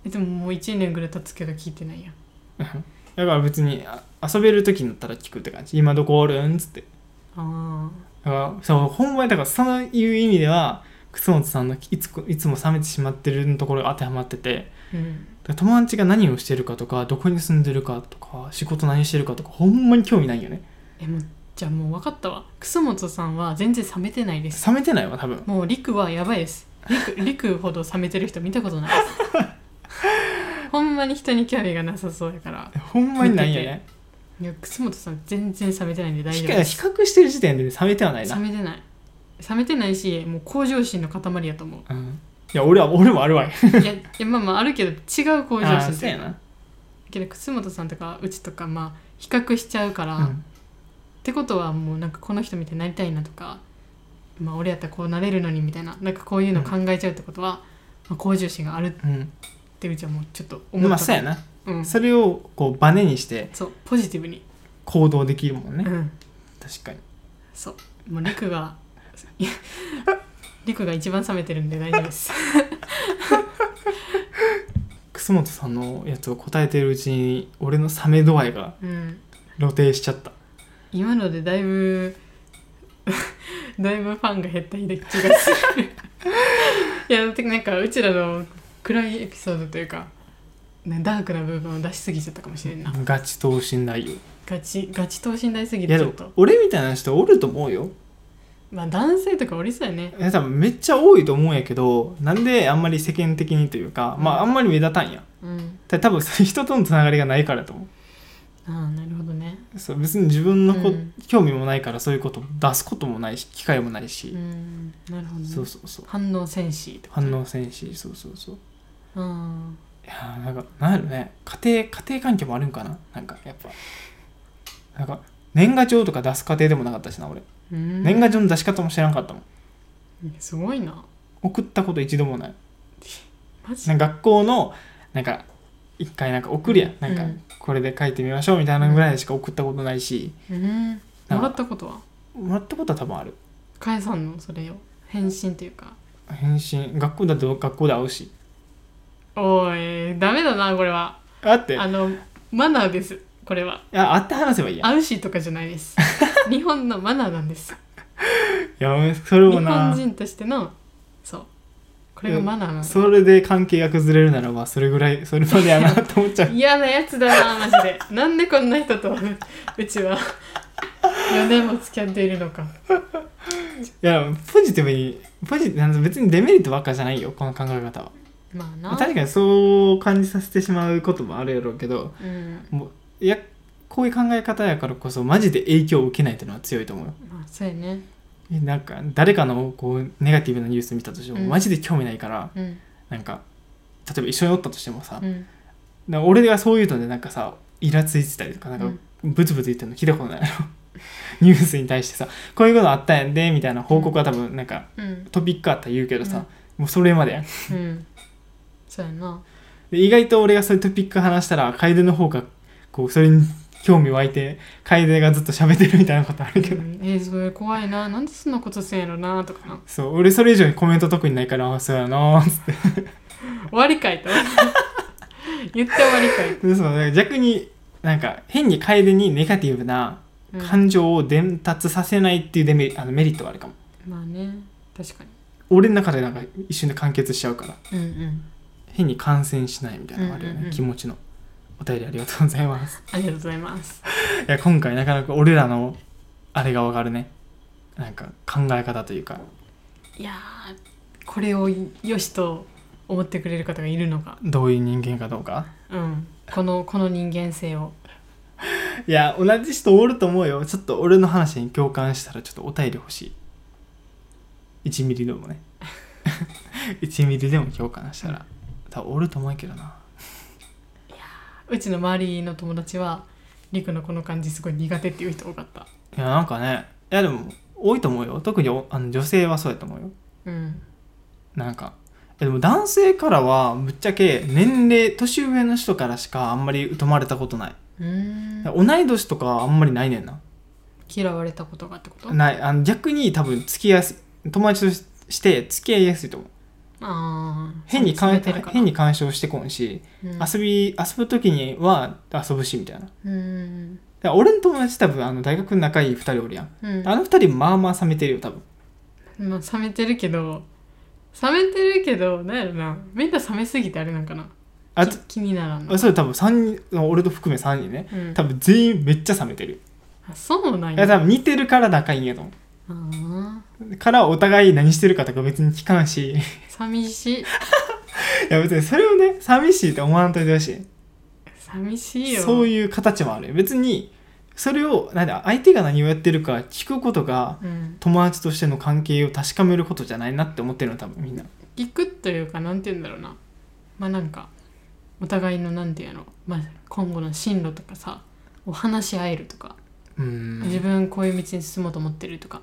S2: えでももう1年ぐらい経つけど聞いてないやん
S1: だから別にあ遊べる時になったら聞くって感じ今どこおるんっつって
S2: あ
S1: だからそうほんまにだからそういう意味では楠本さんのいつこいつも冷めてしまってるところが当てはまってて
S2: あうん
S1: だから友達が何をしてるかとかどこに住んでるかとか仕事何してるかとかほんまに興味ないよね
S2: えもうじゃあもう分かったわ楠本さんは全然冷めてないです
S1: 冷めてないわ多分
S2: もう陸はやばいです陸陸ほど冷めてる人見たことないです ほんまに人に興味がなさそうやから
S1: ほんまにないよね
S2: いや楠本さん全然冷めてないんで大
S1: 比
S2: 丈夫
S1: 較
S2: で
S1: 比
S2: す
S1: 較してる時点で冷めてはない
S2: 冷
S1: な、
S2: めてない冷めてないしもう向上心の塊や と思
S1: う
S2: う
S1: ん、いや俺は俺もあるわよ
S2: いやいやまあまああるけど違う向上
S1: あ
S2: 心
S1: ー
S2: っ
S1: そう
S2: て
S1: やな
S2: けど楠本さんとかうちとかまあ比較しちゃうから、
S1: う
S2: っ
S1: ん
S2: てことはもうなんかこの人見てなりたいなとかまあ俺やったらこうなれるのにみたいななんかこういうの考えちゃうってことは、まあ、向上心がある
S1: うん
S2: ってうちはもうちょっと思
S1: ま
S2: っ
S1: あ
S2: た
S1: そうやな、
S2: うん、
S1: それをこうバネにして
S2: そうポジティブに、
S1: 行動できるもんね、
S2: うん
S1: 確かに
S2: そうもう陸がいや陸が一番冷めてるんで大丈夫です
S1: 楠本さんのやつを答えてるうちに俺の冷め度合いが
S2: うん
S1: 露呈しちゃった
S2: 今のでだいぶ だいぶファンが減った気がするいやだってなんかうちらの暗いエピソードというか、ね、ダークな部分を出しすぎちゃったかもしれんな
S1: ガチ等身大よ
S2: ガチガチ等身大すぎ
S1: い
S2: て
S1: や
S2: ち
S1: で
S2: ょ
S1: も
S2: っと
S1: 俺みたいな人おると思うよ
S2: まあ男性とかおりそうやね
S1: いや多分めっちゃ多いと思うんやけどなんであんまり世間的にというかまああんまり目立たんや
S2: うん
S1: た多分それ人とのつながりがないからと思
S2: ああなるほどね
S1: うそう別に自分のこ、
S2: うん
S1: 興味もないからそういうこと出すこともないし機会もないし
S2: う、んなるほど、ね、
S1: そうそうそう
S2: 反応戦士とか
S1: 反応せんしそうそうそう
S2: うん
S1: いやーなんかなんやろね家庭家庭環境もあるんかななんかやっぱなんか年賀状とか出す家庭でもなかったしな俺、
S2: うん
S1: 年賀状の出し方も知らんかったもん
S2: すごいな
S1: 送ったこと一度もない
S2: マジ
S1: なんか学校のなんか一回なんか送るやんなんか
S2: うん
S1: これで書いてみましょうみたいなぐらいしか送ったことないし
S2: うんもらったことは
S1: もらったことは多分ある
S2: 返さんのそれを返信というか
S1: 返信学校だと学校で会うし
S2: おいダメだなこれは
S1: あって
S2: あのマナーですこれは
S1: あ会って話せばいいやんい
S2: 会うしとかじゃな いです日本のマナーなんです
S1: やそれ
S2: 日
S1: も
S2: 本
S1: な
S2: 人としてのそうこれがマナーなの
S1: それで関係が崩れるならばそれぐらいそれまでやなと思っちゃう
S2: 嫌なやつだなマジで なんでこんな人とうちは4年も付き合っているのか
S1: いやポジティブにポジなんか別にデメリットばっかじゃないよこの考え方は
S2: まあな
S1: 確かにそう感じさせてしまうこともあるやろうけど
S2: うん
S1: もういやこういう考え方やからこそマジで影響を受けないというのは強いと思うよ
S2: まあそうやね
S1: えなんか誰かのこうネガティブなニュース見たとしても、
S2: うん
S1: マジで興味ないから
S2: うん
S1: なんか例えば一緒におったとしてもさ、
S2: うん
S1: なんか俺がそういうのでなんかさイラついてたりとかなん
S2: う
S1: か
S2: ん
S1: ブツブツ言ってるの聞いたことないのニュースに対してさこういうことあったんやんでみたいな報告は多分なんか
S2: うん
S1: トピックあったら言うけどさ、もうそれまでやん
S2: うんそうやな
S1: で意外と俺がそういうトピック話したら楓の方がこうそれに興味湧いて楓がずっと喋ってるみたいなことあるけど、
S2: うんえー、それ怖いななんでそんなことせんやろなとかな
S1: そう俺それ以上にコメント特にないからあそうやなーっつって
S2: 終わりかいと 言って終わりかい、
S1: でそうだから逆になんか変に楓にネガティブな
S2: うん
S1: 感情を伝達させないっていうデメリあのメリットはあるかも
S2: まあね確か
S1: 俺の中でなんか一瞬で完結しちゃうから
S2: にうんうん
S1: 変に感染しないみたいなのがあるよね、
S2: うんうんうん
S1: 気持ちのお便りありがとうございます
S2: ありがとうございます
S1: いや今回なかなか俺らのあれがわかるねなんか考え方というか
S2: いやーこれをよしと思ってくれる方がいるのが
S1: どういう人間かどうか
S2: うんこのこの人間性を
S1: いや同じ人おると思うよちょっと俺の話に共感したらちょっとお便り欲しい1ミリでもね 1ミリでも共感したら多分おると思うけどな
S2: うちの周りの友達はりくのこの感じすごい苦手っていう人多かった
S1: いやなんかねいやでも多いと思うよ特におあの女性はそうやと思うよ
S2: うん
S1: なんかえでも男性からはぶっちゃけ年齢年上の人からしかあんまり疎まれたことないう
S2: ーん
S1: 同い年とかあんまりないねんな
S2: 嫌われたことがってことあ
S1: ないあの逆に多分付き合いやすい友達としして付き合いやすいと思う
S2: あー
S1: 変に
S2: そう冷
S1: 干
S2: てるから
S1: 変に干渉してこんし、
S2: うん
S1: 遊び遊ぶ時には遊ぶしみたいなだか
S2: うん
S1: ら俺の友達多分あの大学の仲いい2人おるやん、
S2: うん
S1: あの2人まあまあ冷めてるよ多分
S2: まあ冷めてるけど冷めてるけどなんやろなみんな冷めすぎてあれなんかな
S1: あ
S2: き気にならんの
S1: あそれ多分3人俺と含め3人ね
S2: うん
S1: 多分全員めっちゃ冷めてる、
S2: あそうなん
S1: いや
S2: や
S1: 多分似てるから仲いいんやと思
S2: あー
S1: うからお互い何してるかとか別に聞かんし い
S2: 寂しい
S1: や別にそれをね寂しいって思わんといてほしい
S2: 寂しいよ
S1: そういう形もある別にそれをなんだ相手が何をやってるか聞くことが
S2: うん、
S1: 友達としての関係を確かめることじゃないなって思ってるの多分みんな
S2: 聞くというかなんて言うんだろうなまあなんかお互いのなんて言うの、まあ、今後の進路とかさお話し合えるとか、
S1: う
S2: 自
S1: ん
S2: 分こういう道に進もうと思ってるとか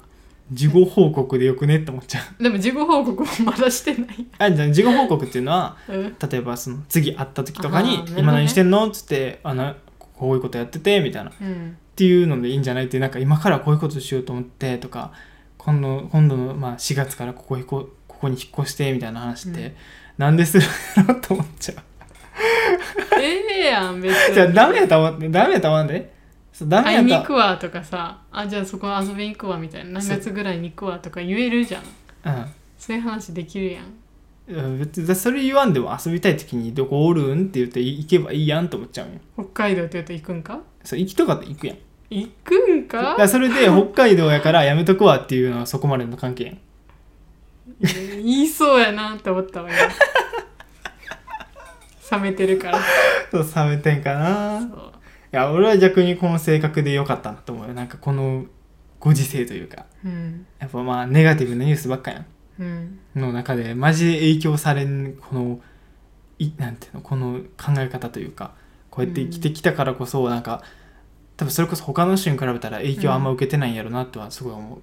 S1: 事後報告でよくねって思っちゃう
S2: でも自己報告もまだしてない、
S1: あじゃあ事後報告 っていうのは
S2: うん、
S1: 例えばその次会った時とか
S2: あーなる
S1: に
S2: ほど
S1: 「
S2: ね
S1: 今何してんの?」っつって「あのこういうことやってて」みたいなっ
S2: うん
S1: ていうのでいいんじゃないってなんか今からこういうことしようと思ってとか今度今度のまあ4月からここへこここに引っ越してみたいな話って、
S2: うん
S1: なんでするのと思っちゃう
S2: ええやん別に
S1: じゃあダメやと思ってダメやと思うんでそうダメ
S2: 会い
S1: や
S2: に
S1: と
S2: 行くわとかさあじゃあそこ遊びに行くわみたいな何
S1: そう
S2: 月ぐらいに行くわとか言えるじゃん
S1: うん
S2: そういう話できるやん
S1: うん別にそれ言わんでも遊びたい時に「どこおるん?」って言って行けばいいやんと思っちゃうんよ
S2: 北海道って言うと行くんか
S1: そう行きとかで行くやん
S2: 行くん
S1: だ
S2: か
S1: からそれ で北海道やからやめとくわっていうのはそこまでの関係やん
S2: 言いそうやなって思ったわよ冷めてるから
S1: そう冷めてんかな
S2: そ
S1: いうや俺は逆にこの性格でよかったなと思うよなんかこのご時世というか
S2: うん
S1: やっぱまあネガティブなニュースばっかや
S2: うん
S1: んの中でマジで影響されんこのいなんていうのこの考え方というかこうやって生きてきたからこそなんか多分それこそ他の人に比べたら影響あんま受けてないんやろなとはすごい思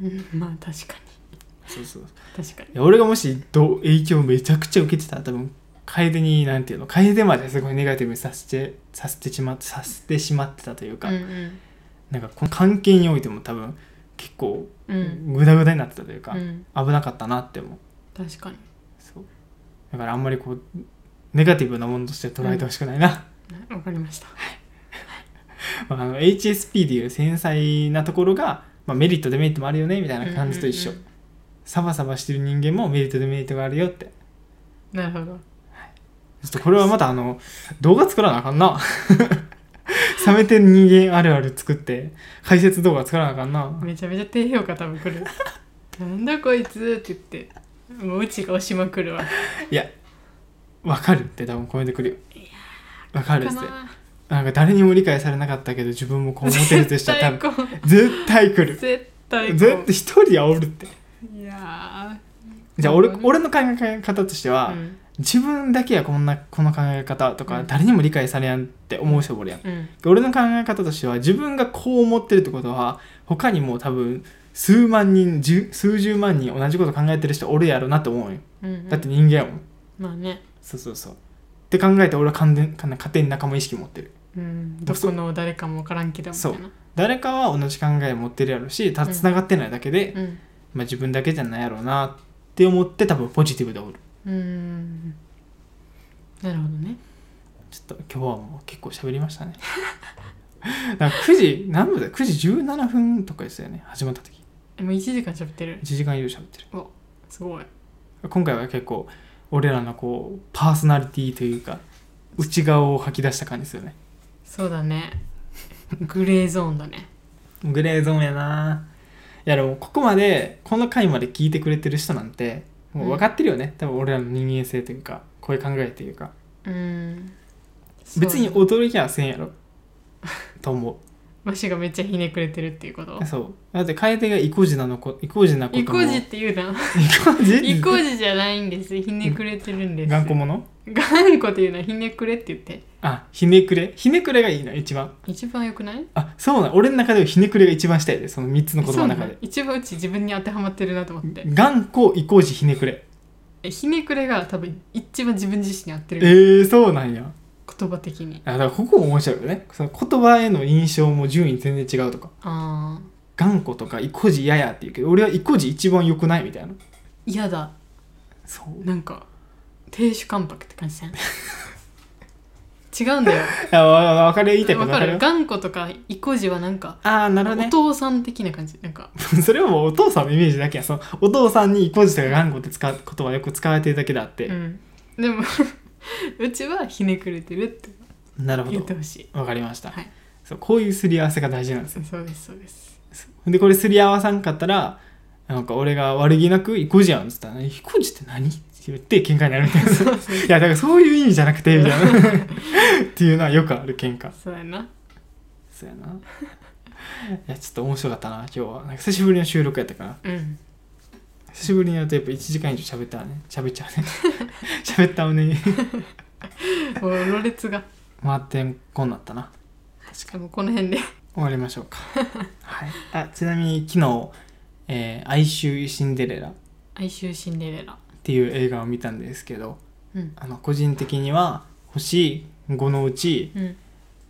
S1: う。
S2: うんまあ確か
S1: そうそう
S2: に確か
S1: いや俺がもしど影響めちゃくちゃ受けてたら多分楓になんていうの楓まですごいネガティブにさせてさせてしまさせてしまってたというか、
S2: にうん
S1: なんかこの関係においても多分結構
S2: うんうん
S1: グダグダになってたというか、
S2: うん
S1: 危なかったなって思う
S2: 確かに
S1: そうだからあんまりこうネガティブなものとして捉えてほしくないな、
S2: なわかりました
S1: まあ、あの HSP でいう繊細なところが、まあ、メリットデメリットもあるよねみたいな感じと一緒、
S2: うんうん
S1: サバサバしてる人間もメリットデメリットがあるよって
S2: うんなるほど
S1: ちょっとこれはまたあの動画作らなあかんな 冷めてる人間あるある作って解説動画作らなあかんな
S2: めちゃめちゃ低評価多分 来るなんだこいつって言ってもううちが押しまくるわ
S1: いやわかるって多分コメントくるよわかるっ
S2: か
S1: て
S2: な
S1: なんか誰にも理解されなかったけど自分もこう思ってるとしたら多分
S2: 絶対
S1: 絶対来
S2: こう
S1: る
S2: 絶対
S1: 絶対一人煽るって
S2: 対いや
S1: じゃあ俺
S2: そうだね
S1: 俺の考え方としては、
S2: ーうん
S1: 自分だけはこんなこの考え方とか、
S2: うん
S1: 誰にも理解されやんって思う人もおるやん
S2: うん
S1: 俺の考え方としては自分がこう思ってるってことは他にも多分数万人十数十万人同じこと考えてる人おるやろなと思うよ
S2: うんうん
S1: だって人間やもん、
S2: まあね
S1: そうそうそうって考えて俺は完全完全勝手に仲間意識持ってる
S2: うんどこの誰かもわからんけどみたいな
S1: 誰かは同じ考え持ってるやろしつ繋がってないだけで、
S2: うん
S1: まあ、自分だけじゃないやろうなって思って多分ポジティブでおる
S2: うんなるほどね
S1: ちょっと今日はもう結構喋りましたね なんか9時何分だ9時17分とかでしたよね始まった時
S2: えもう1時間喋って
S1: 1
S2: る
S1: 時間以上喋ってる
S2: すごい
S1: 今回は結構俺らのこうパーソナリティというか内側を吐き出した感じですよね
S2: そうだね グレーゾーンだね
S1: グレーゾーンやないやでもここまでこの回まで聞いてくれてる人なんてもう分かってるよね、多分俺らの人間性というかこういう考えというか
S2: うん
S1: 別に驚きはせんやろと 思
S2: わしがめっちゃひねくれてるっていうこと
S1: うそうだって楓が意固地なのこ意固地なこと
S2: 意
S1: も
S2: 固地って言うな意
S1: 意
S2: 固
S1: 固地
S2: 地じゃないんですひねくれてるんです
S1: 頑固者
S2: 頑固っていうのはひねくれって言って
S1: あひねくれひねくれがいいな一番
S2: 一番良くない
S1: あそうなん俺の中ではひねくれが一番したいでその3つの言葉の中
S2: そう
S1: で
S2: ね一番うち自分に当てはまってるなと思って
S1: 頑固イコージひねくれ
S2: えひねくれが多分一番自分自身に合って
S1: え
S2: る
S1: ー、そうなんや
S2: 言葉的に
S1: あだからここも面白いよねその言葉への印象も順位全然違うとか
S2: ああ
S1: 頑固とかイコージややって言うけど俺はイコージ一番良くないみたいな
S2: 嫌だ
S1: そう
S2: なんか亭主関白って感 じせん違うんだよ
S1: あわわかるよ言いたいこ
S2: わ
S1: とわ
S2: か
S1: かる
S2: る
S1: よ
S2: 頑固とか意固地はなんか
S1: ああなるほど
S2: お
S1: ね
S2: 父さん的な感じなんか
S1: それはもうお父さんのイメージだけやそのお父さんにイコージとか頑固って使う言葉よく使われてるだけであって
S2: う、んでも うちはひねくれてるって
S1: なるほ
S2: 言っ
S1: ど
S2: てほしい
S1: わかりました、
S2: はい
S1: そうこういうすり合わせが大事なんですよ
S2: そうですそうです
S1: でこれすり合わさんかったらなんか俺が悪気なく「イコジやん」っつったら「イコジって何?」って言って喧嘩になるみたいな「
S2: そうそう
S1: いやだからそういう意味じゃなくて」みたいなっていうのはよくある喧嘩
S2: そうやな
S1: そうやないやちょっと面白かったな今日はなんか久しぶりの収録やったから
S2: うん
S1: 久しぶりにやるとやっぱ1時間以上喋ったらね喋っちゃ うね喋ったのに
S2: もうろれつが
S1: 回ってこんなったな
S2: しかもこの辺で
S1: 終わりましょう かはいあちなみに昨日「えー哀愁シンデレラ」っ
S2: 哀愁シンデレラ
S1: ていう映画を見たんですけど
S2: うん
S1: あの個人的には星5のうち
S2: うん
S1: う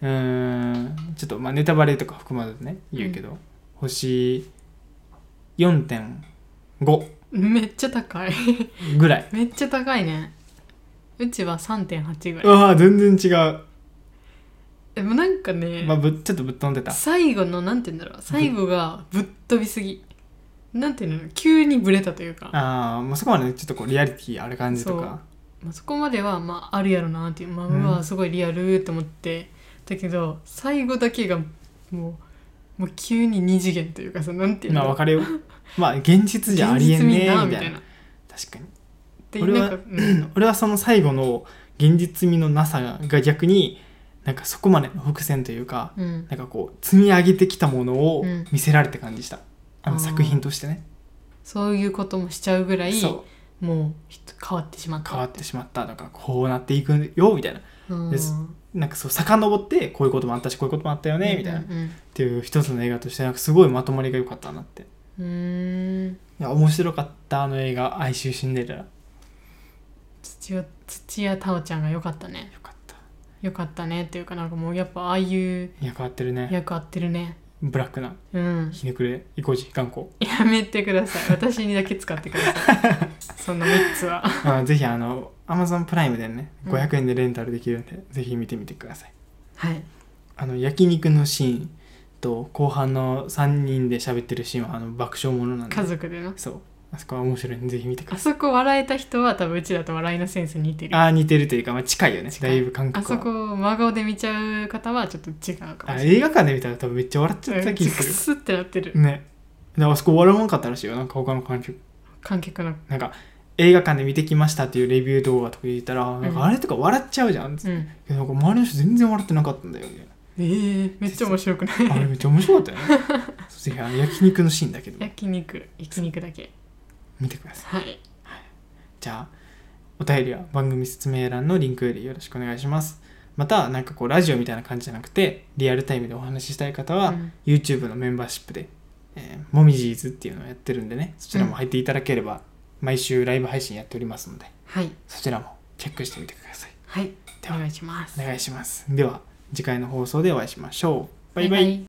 S1: ーんちょっとまあネタバレとか含まずね言うけど、星4.5
S2: めっちゃ高い
S1: ぐらい
S2: めっちゃ高いねうちは3.8ぐ
S1: う
S2: らい
S1: わー全然違う、
S2: でもなんかね、
S1: まあ、ぶちょっとぶっ飛んでた
S2: 最後のなんて言うんだろう最後がぶっ飛びすぎなんていうの急にブレたというか
S1: あー、まあ、そこまでねちょっとこうリアリティある感じとか
S2: まあ、そこまではまああるやろなっていうまあ
S1: うん
S2: うわすごいリアルって思ってだけど最後だけがもうもう急に二次元というかさなんていう
S1: まあ
S2: の
S1: 分かるよまあ現実じゃありえんね
S2: 現実味な
S1: ーみ
S2: み
S1: た
S2: た
S1: い
S2: い
S1: な
S2: な
S1: 確かに
S2: ってい
S1: 俺は
S2: うなんか、うん
S1: 俺はその最後の現実味のなさが逆になんかそこまでの伏線というか
S2: うん
S1: なんかこう積み上げてきたものを
S2: うん
S1: 見せられた感じした、あ
S2: あ
S1: の
S2: ー
S1: 作品としてね
S2: そういうこともしちゃうぐらい
S1: そ
S2: もう人変わってしまった
S1: 変わってしまったとかこうなっていくよみたいな
S2: うん
S1: ですなんかそう遡ってこういうこともあったしこういうこともあったよねみたいな、
S2: う
S1: っ
S2: んうん
S1: ていう一つの映画としてなんかすごいまとまりが良かったなって
S2: うんうーん
S1: いや面白かったあの映画「哀愁シンデレラ」よ
S2: 土屋土屋太鳳ちゃんが良かったね
S1: かった
S2: 良かったねっていうかなんかもうやっぱああいう
S1: 役合ってるね
S2: 役合ってるね
S1: ブラックな
S2: うん
S1: ひねくれ意固地頑固
S2: やめてください私にだけ使ってくださいそんな3つは
S1: あぜひあの Amazon プライムでね
S2: うん
S1: 500円でレンタルできるんで、ぜひ見てみてください
S2: はい
S1: あの焼肉のシーンと後半の3人で喋ってるシーンはあの爆笑ものなんで
S2: 家族での
S1: そうあそこは面白いんでぜひ見てくだ
S2: あそこ笑えた人は多分うちだと笑いのセンス似てる
S1: さいあー似てるというか、まあ、近いよね
S2: 近い
S1: だいぶ感
S2: あ
S1: 覚
S2: そ
S1: は
S2: こを真顔で見ちゃう方はちょっと違うかも
S1: あ
S2: しれない
S1: 映画館で見たら多分めっちゃ笑っちゃった気
S2: うん
S1: す
S2: スッてなってる
S1: るねであそこ笑わんかったらしいよなんか他の観客
S2: 観客の
S1: なんか映画館で見てきましたっていうレビュー動画とか言ったら、
S2: ん
S1: なんかあれとか笑っちゃうじゃん,、
S2: うん
S1: なんか周りの人全然笑ってなかったんだよみたい
S2: えー、めっちゃ面白くない
S1: なあれめっちゃ面白かったよ ねそうぜひあの焼肉のシーンだけど
S2: 焼肉焼肉だけ
S1: 見てください
S2: はい
S1: じゃあお便りは番組説明欄のリンクよりよろしくお願いしますまたなんかこうラジオみたいな感じじゃなくてリアルタイムでお話ししたい方は、
S2: うん
S1: YouTube のメンバーシップで、えー、もみじーずっていうのをやってるんでねそちらも入っていただければ、毎週ライブ配信やっておりますので
S2: はい
S1: そちらもチェックしてみてください
S2: はい
S1: で
S2: お
S1: は
S2: 願いします
S1: お願いしますでは次回の放送でお会いしましょうバイバイ
S2: イ